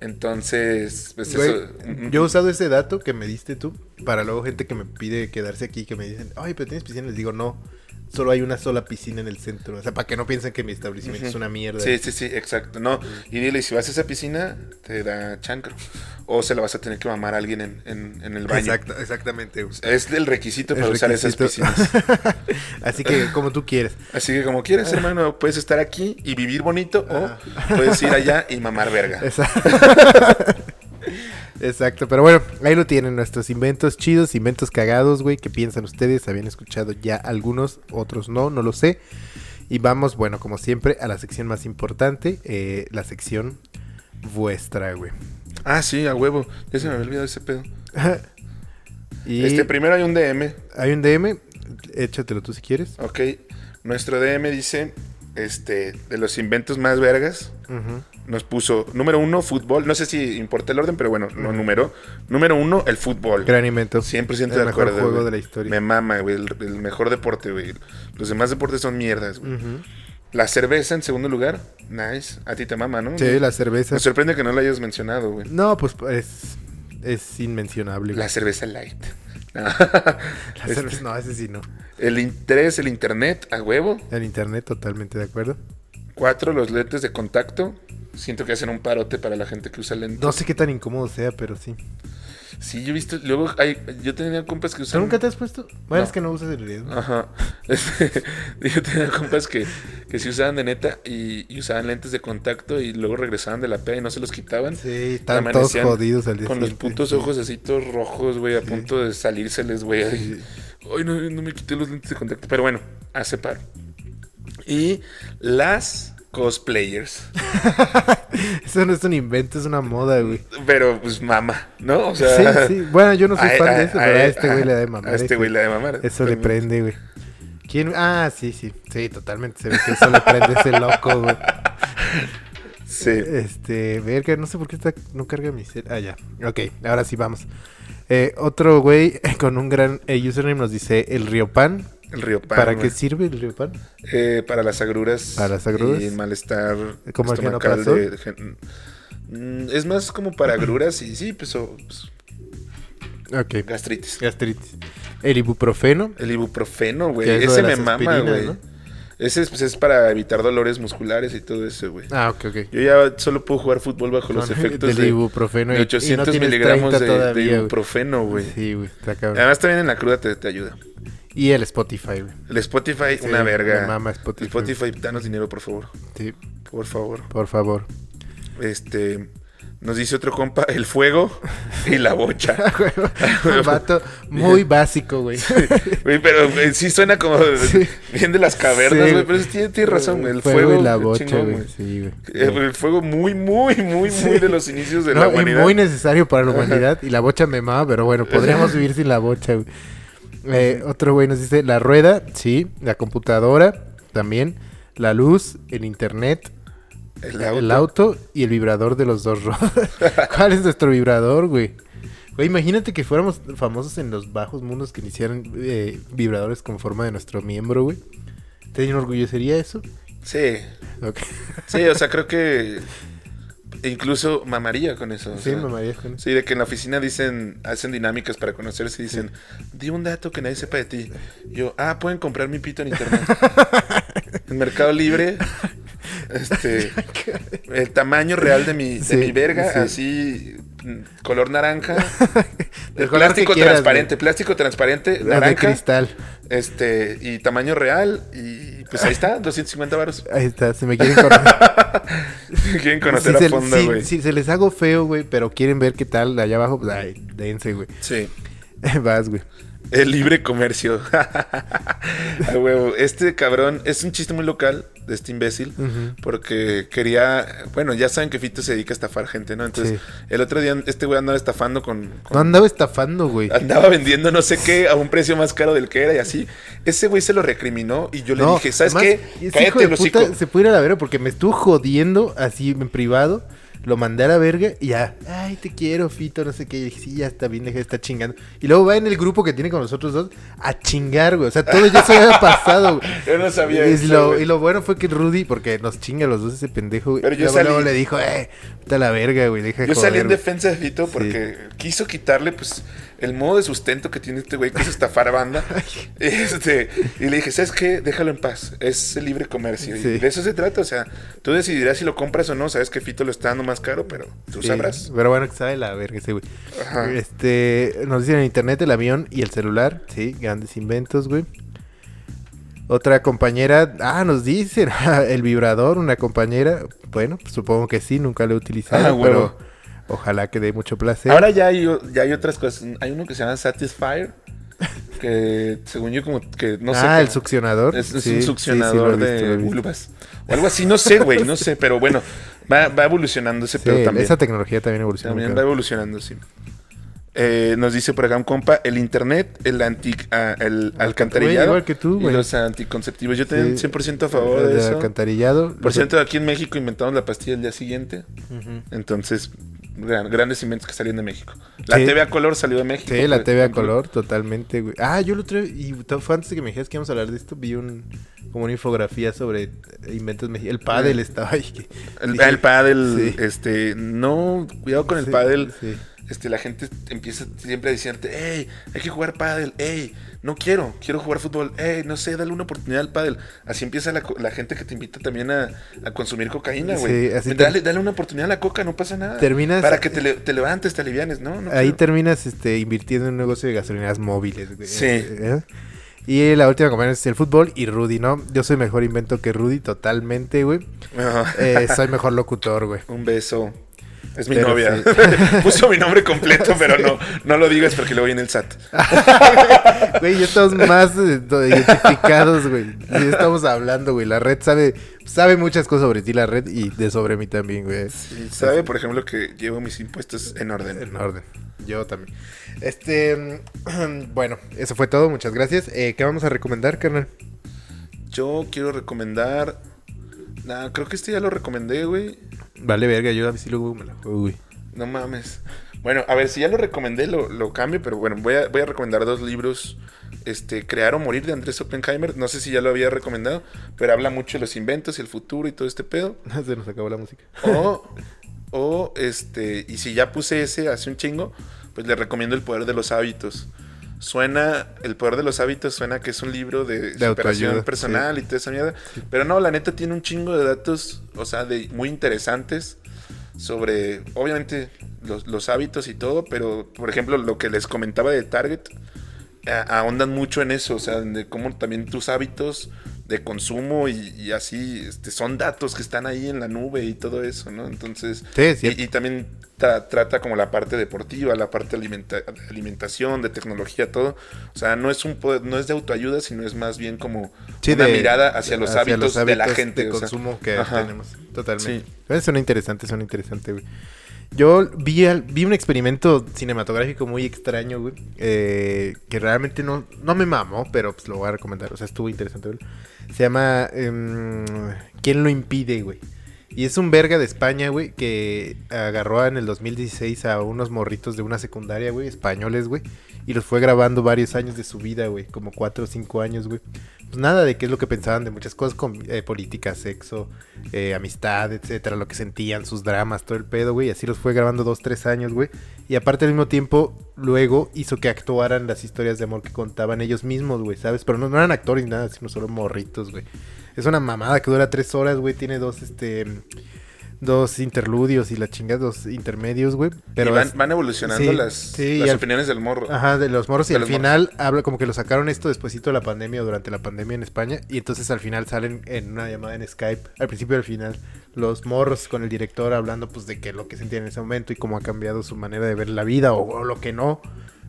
Entonces, pues
Güey,
eso. mm,
yo he usado ese dato que me diste tú para luego gente que me pide quedarse aquí, que me dicen, ay, pero tienes piscina. Les digo, no, solo hay una sola piscina en el centro. O sea, para que no piensen que mi establecimiento es una mierda.
Sí, sí, sí, exacto. No, y dile, si vas a esa piscina, te da chancro. O se la vas a tener que mamar a alguien en, en- en el baño.
Exacto, exactamente. güey.
Es el requisito
El
para usar esas
requisito.
piscinas.
Así que, como tú quieres.
Así que como quieres, hermano, puedes estar aquí y vivir bonito
Ah.
o puedes ir allá y mamar verga.
Esa- Exacto, pero bueno, ahí lo tienen nuestros inventos chidos, inventos cagados, güey, que piensan ustedes, habían escuchado ya algunos, otros no, no lo sé. Y vamos, bueno, como siempre, a la sección más importante, eh, la sección vuestra, güey.
Ah, sí, a huevo. Ya se me había olvidado ese pedo.
y
Este, primero hay un DM.
hay un DM, échatelo tú si quieres.
Ok. Nuestro DM dice, este, de los inventos más vergas,
Ujú.
nos puso número uno, fútbol. No sé si importa el orden, pero bueno, no número. Número uno, el fútbol.
Gran invento.
100%
El
de
mejor
acuerdo.
juego
güey.
de la historia.
Me mama, güey. El, el mejor deporte, güey. Los demás deportes son mierdas, güey.
Ujú.
La cerveza en segundo lugar. Nice. A ti te mama, ¿no?
Sí, la cerveza.
Me sorprende que no la hayas mencionado, güey.
No, pues es, es inmencionable. güey.
La cerveza light. No.
La
Este,
cerveza, no, ese sí no.
El interés, el internet, a huevo.
El internet, totalmente de acuerdo.
Cuatro, los lentes de contacto. Siento que hacen un parote para la gente que usa lentes.
No sé qué tan incómodo sea, pero sí.
Sí, yo he visto. Luego, hay, yo tenía compas que
¿Tú
usan.
nunca te has puesto? Bueno,
No. Ah.
es que no usas el riesgo.
Ajá. Este, yo tenía compas que, que sí usaban de neta y, y usaban lentes de contacto y luego regresaban de la peda y no se los quitaban.
Sí, están todos
Amanecían
jodidos al día
Con los
siguiente.
putos ojos así todos rojos, güey, a punto de salírseles, güey. Ay, ay, no, no me quité los lentes de contacto. Pero bueno, hace paro. Y las cosplayers.
Eso no es un invento, es una moda, güey.
Pero pues mama, ¿no? O
Sí,
sea.
sí. Bueno, yo no soy
a-
fan
a-
de eso, pero a este güey le da de
A
mamar.
este
eso.
güey le da de mamar.
Eso le prende, güey. ¿Quién? Ah, sí, sí. Sí, totalmente. Se ve que eso le prende a ese loco, güey.
Sí.
Este, verga, no sé por qué está- no carga mi cel. Ah, ya. Ok, ahora sí vamos. Eh, otro güey con un gran eh, username nos dice el Riopan.
El río Pan.
¿Para qué
güey.
sirve el Riopan?
Eh, para las agruras.
Para las agruras.
Y malestar.
¿Como el
estomacal
genoprazol?
de gen- Mm, Es más como para agruras y sí, pues, o, pues,
Ok.
gastritis.
Gastritis. El ibuprofeno.
El ibuprofeno, güey.
Que es lo
Ese
de
me
las
mama,
aspirinas,
güey.
¿no?
Ese es, pues, es para evitar dolores musculares y todo eso, güey.
Ah, ok, ok.
Yo ya solo puedo jugar fútbol bajo los
Con-
efectos
del
de,
ibuprofeno.
de
y- y no
800
tienes
miligramos
30
de, de
todavía, güey.
ibuprofeno, güey.
Sí, güey, está cabrón.
Además, también en la cruda te, te ayuda.
Y el Spotify, güey.
El Spotify,
Sí,
una verga.
me mama Spotify.
Spotify, danos dinero, por favor.
Sí,
Por favor.
por favor.
Este. Nos dice otro compa, el fuego y la bocha.
un vato muy básico, güey.
Güey, pero güey, sí suena como
Sí.
bien de las cavernas,
Sí.
güey. Pero sí tiene, tiene razón, güey. El fuego,
y la
qué
bocha,
chingón, Eh, pues,
güey. Sí, güey.
El, el fuego muy, muy, muy, muy de los inicios de
No,
la
y
humanidad.
muy necesario para la humanidad. Y la bocha me mama, pero bueno, podríamos vivir sin la bocha, güey. Eh, otro güey nos dice la rueda, sí, la computadora también, la luz, el internet,
El auto.
el auto y el vibrador de los dos rodas. ¿Cuál es nuestro vibrador, güey? Güey, imagínate que fuéramos famosos en los bajos mundos que iniciaran eh, vibradores con forma de nuestro miembro, güey. ¿Te enorgullecería eso?
Sí.
Ok.
Sí, o sea, creo que incluso mamaría con eso. o
Sí,
sea.
me mamaría con eso.
Sí, de que en la oficina dicen, hacen dinámicas para conocerse y dicen, di un dato que nadie sepa de ti. Yo, ah, pueden comprar mi pito en internet. en Mercado Libre, este, el tamaño real de mi, de
Sí,
mi verga,
sí.
así, mm, color naranja, de
El color
plástico
que quieras,
transparente, plástico transparente,
La de
naranja,
cristal.
este, y tamaño real, y pues ahí está, 250 varos.
Ahí está, se me quieren correr.
Quieren conocer
si,
a
se-
fondo,
si-
güey.
si se les hago feo, güey, pero quieren ver qué tal de allá abajo, pues ay, dense, güey.
sí.
Vas, güey.
El libre comercio. A huevo. Este cabrón es un chiste muy local de este imbécil.
Ujú.
Porque quería. Bueno, ya saben que Fito se dedica a estafar gente, ¿no? Entonces,
Sí.
el otro día este güey andaba estafando con. con- Ah,
No andaba estafando, güey.
Andaba vendiendo no sé qué a un precio más caro del que era y así. Ese güey se lo recriminó y yo le
No,
dije, ¿sabes
además,
qué?
ese hijo de
Cállate, el
puta
hocico.
Se puede ir a la verga porque me estuvo jodiendo así en privado. Lo mandé a la verga y ya. Ay, te quiero, Fito, no sé qué. Y dije, sí, ya está bien, deja de estar chingando. Y luego va en el grupo que tiene con nosotros dos a chingar, güey. O sea, todo ya se había pasado, güey.
Yo no sabía
y
eso,
lo,
güey.
y lo bueno fue que Rudy, porque nos chinga a los dos ese pendejo, güey.
Pero yo
luego,
salí-
luego le dijo, eh, vete a la verga, güey. Deja de
Yo
joder,
salí en
güey".
defensa de Fito porque quiso quitarle pues el modo de sustento que tiene este güey, quiso estafar banda. este, y le dije, ¿sabes qué? Déjalo en paz, es el libre comercio. Y
Sí.
de eso se trata, o sea, tú decidirás si lo compras o no, sabes que Fito lo está dando más caro, pero tú
Sí,
sabrás.
Pero bueno, que sabe la verga ese güey.
Ajá.
Este, nos dicen en internet el avión y el celular. Sí, grandes inventos, güey. Otra compañera, ah, nos dicen, el vibrador, una compañera. Bueno, pues, supongo que sí, nunca lo he utilizado,
Ah,
pero
huevo.
ojalá que dé mucho placer.
Ahora ya hay, o- ya hay otras cosas, hay uno que se llama Satisfyer, que según yo como que no sé.
ah, el
cómo-
succionador.
Es, es
Sí, sí, sí,
un
lo he
succionador
visto, lo he
de
visto.
vulvas. O algo así, no sé, güey, no sé, pero bueno, va, va evolucionando ese
Sí,
pedo también.
esa tecnología también evoluciona.
También
muy
va
cabrón.
evolucionando, sí. Eh, nos dice por acá un compa, el internet, el, anti, ah, el alcantarillado
igual que tú,
y
güey.
los anticonceptivos. Yo también
Sí.
100% a favor
El
de
del
eso.
alcantarillado.
Por cierto, aquí en México inventaron la pastilla el día siguiente.
Ujú.
Entonces, gran- grandes inventos que salieron de México. La
Sí.
TV a color salió de México.
Sí, la
por
TV a
ejemplo.
color, totalmente, güey. Ah, yo lo otro y to- fue antes de que me dijeras que íbamos a hablar de esto, vi un como una infografía sobre eh, inventos mexicanos. El pádel estaba ahí. que-
Eh. El,
dije,
el pádel,
Sí.
este, no, cuidado con el
sí,
pádel.
sí.
Este, la gente empieza siempre a decirte, hey, hay que jugar pádel, hey, no quiero, quiero jugar fútbol, hey, no sé, dale una oportunidad al pádel. Así empieza la, co- la gente que te invita también a, a consumir cocaína, güey.
Sí, así te-
dale, dale una oportunidad a la coca, no pasa nada.
Terminas-
Para que te, le- te levantes, te alivianes, ¿no? no
Ahí
quiero.
terminas este, invirtiendo en un negocio de gasolineras móviles. güey.
Sí.
¿Eh? Y la última compañera es el fútbol y Rudy, ¿no? Yo soy mejor invento que Rudy, totalmente, güey.
Ajá.
Eh, soy mejor locutor, güey.
Un beso. Es mi
Pero
novia.
sí.
Puso mi nombre completo, pero no, no lo digas porque luego viene el SAT.
Güey, ya estamos más eh, do- identificados, güey. Sí, estamos hablando, güey. La red sabe, sabe muchas cosas sobre ti, la red, y de sobre mí también, güey.
Sí, sabe, por ejemplo, que llevo mis impuestos en orden.
En orden. Yo también. Este, bueno, eso fue todo. Muchas gracias. Eh, ¿Qué vamos a recomendar, carnal?
Yo quiero recomendar. Nah, creo que este ya lo recomendé, güey.
Vale, verga, yo a ver si luego me la juego, güey.
No mames. Bueno, a ver, si ya lo recomendé, lo, lo cambio, pero bueno, voy a, voy a recomendar dos libros. Este, Crear o Morir de Andrés Oppenheimer. No sé si ya lo había recomendado, pero habla mucho de los inventos y el futuro y todo este pedo.
Se nos acabó la música.
O, o este, y si ya puse ese hace un chingo, pues le recomiendo El Poder de los Hábitos. Suena, El Poder de los Hábitos suena que es un libro de,
De
superación
autoayuda,
personal y toda esa mierda. Pero no, la neta tiene un chingo de datos, o sea, de, muy interesantes sobre, obviamente, los, los hábitos y todo, pero, por ejemplo, lo que les comentaba de Target, a- ahondan mucho en eso, o sea, de cómo también tus hábitos de consumo y, y así este, son datos que están ahí en la nube y todo eso, ¿no? Entonces,
Sí, es cierto.
y, y también tra- trata como la parte deportiva, la parte alimenta- alimentación, de tecnología, todo. O sea, no es un poder- no es de autoayuda, sino es más bien como
Sí,
una
de-
mirada hacia, los, hábitos de la gente.
de
o sea.
consumo que
Ajá.
tenemos. Totalmente.
Sí.
Eh, Suena interesante, suena interesante, güey. Yo vi, al- vi un experimento cinematográfico muy extraño, güey. eh, que realmente no, no me mamó, pero pues lo voy a recomendar. O sea, estuvo interesante, güey. Se llama em, ¿Quién lo impide, güey? Y es un verga de España, güey, que agarró en el 2016 a unos morritos de una secundaria, güey, españoles, güey. Y los fue grabando varios años de su vida, güey. Como cuatro o cinco años, güey. Pues nada de qué es lo que pensaban de muchas cosas, con, eh, política, sexo, eh, amistad, etcétera, lo que sentían, sus dramas, todo el pedo, güey. y Así los fue grabando dos, tres años, güey. Y aparte al mismo tiempo, luego hizo que actuaran las historias de amor que contaban ellos mismos, güey, ¿sabes? Pero no, no eran actores ni nada, sino solo morritos, güey. Es una mamada que dura tres horas, güey. Tiene dos, este... Dos interludios y la chingada, dos intermedios, güey. Pero
y van,
es-
van evolucionando
sí,
las,
sí, y
las
al-
opiniones del morro.
Ajá, de los moros. Y
De
al
los
final habla como que lo sacaron esto despuesito de la pandemia, o durante la pandemia en España. Y entonces al final salen en una llamada en Skype, al principio y al final, los morros con el director hablando pues de que lo que sentían en ese momento y cómo ha cambiado su manera de ver la vida o, o lo que no,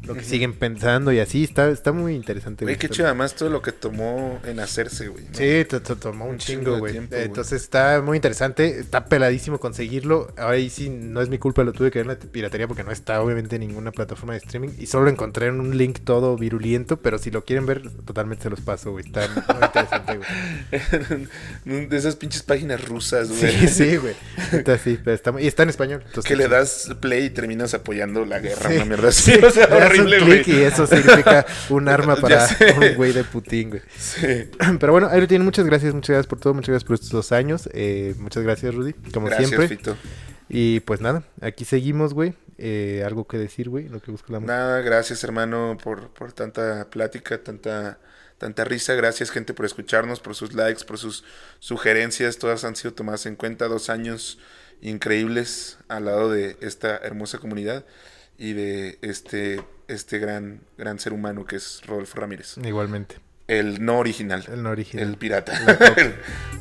lo que
Ujú.
siguen pensando y así. Está, está muy interesante.
Güey,
güey,
qué
está-
chido además todo lo que tomó en hacerse, güey. ¿no?
Sí, to- to- tomó un,
Un chingo
chingo,
de
güey. Eh,
tiempo, güey.
Entonces está muy interesante, está peladísimo conseguirlo. Ahí sí, no es mi culpa, lo tuve que ver en la piratería porque no está obviamente en ninguna plataforma de streaming. Y solo encontré en un link todo virulento, pero si lo quieren ver, totalmente se los paso, güey. Está muy interesante, güey.
de esas pinches páginas rusas, güey.
Sí, sí, güey. Está así, pero está muy- y está en español. entonces-
Que le das play y terminas apoyando la guerra,
Sí.
una mierda así. O sea,
Le das un
horrible,
clic
güey.
Y eso significa un arma
Ya
para
sé.
un güey de Putin, güey.
Sí.
Pero bueno, ahí lo tienen. Muchas gracias, muchas gracias por todo. Muchas gracias por estos dos años. eh, muchas gracias, Rudy. Como
Gracias,
siempre.
Fito.
Y pues nada, aquí seguimos, güey. Eh, algo que decir, güey, lo que busca la música.
Nada, gracias, hermano, por, por tanta plática, tanta, tanta risa. Gracias, gente, por escucharnos, por sus likes, por sus sugerencias. Todas han sido tomadas en cuenta. Dos años increíbles al lado de esta hermosa comunidad y de este, este gran, gran ser humano que es Rodolfo Ramírez.
Igualmente,
El no original.
el no original.
El pirata.
La copia.
El-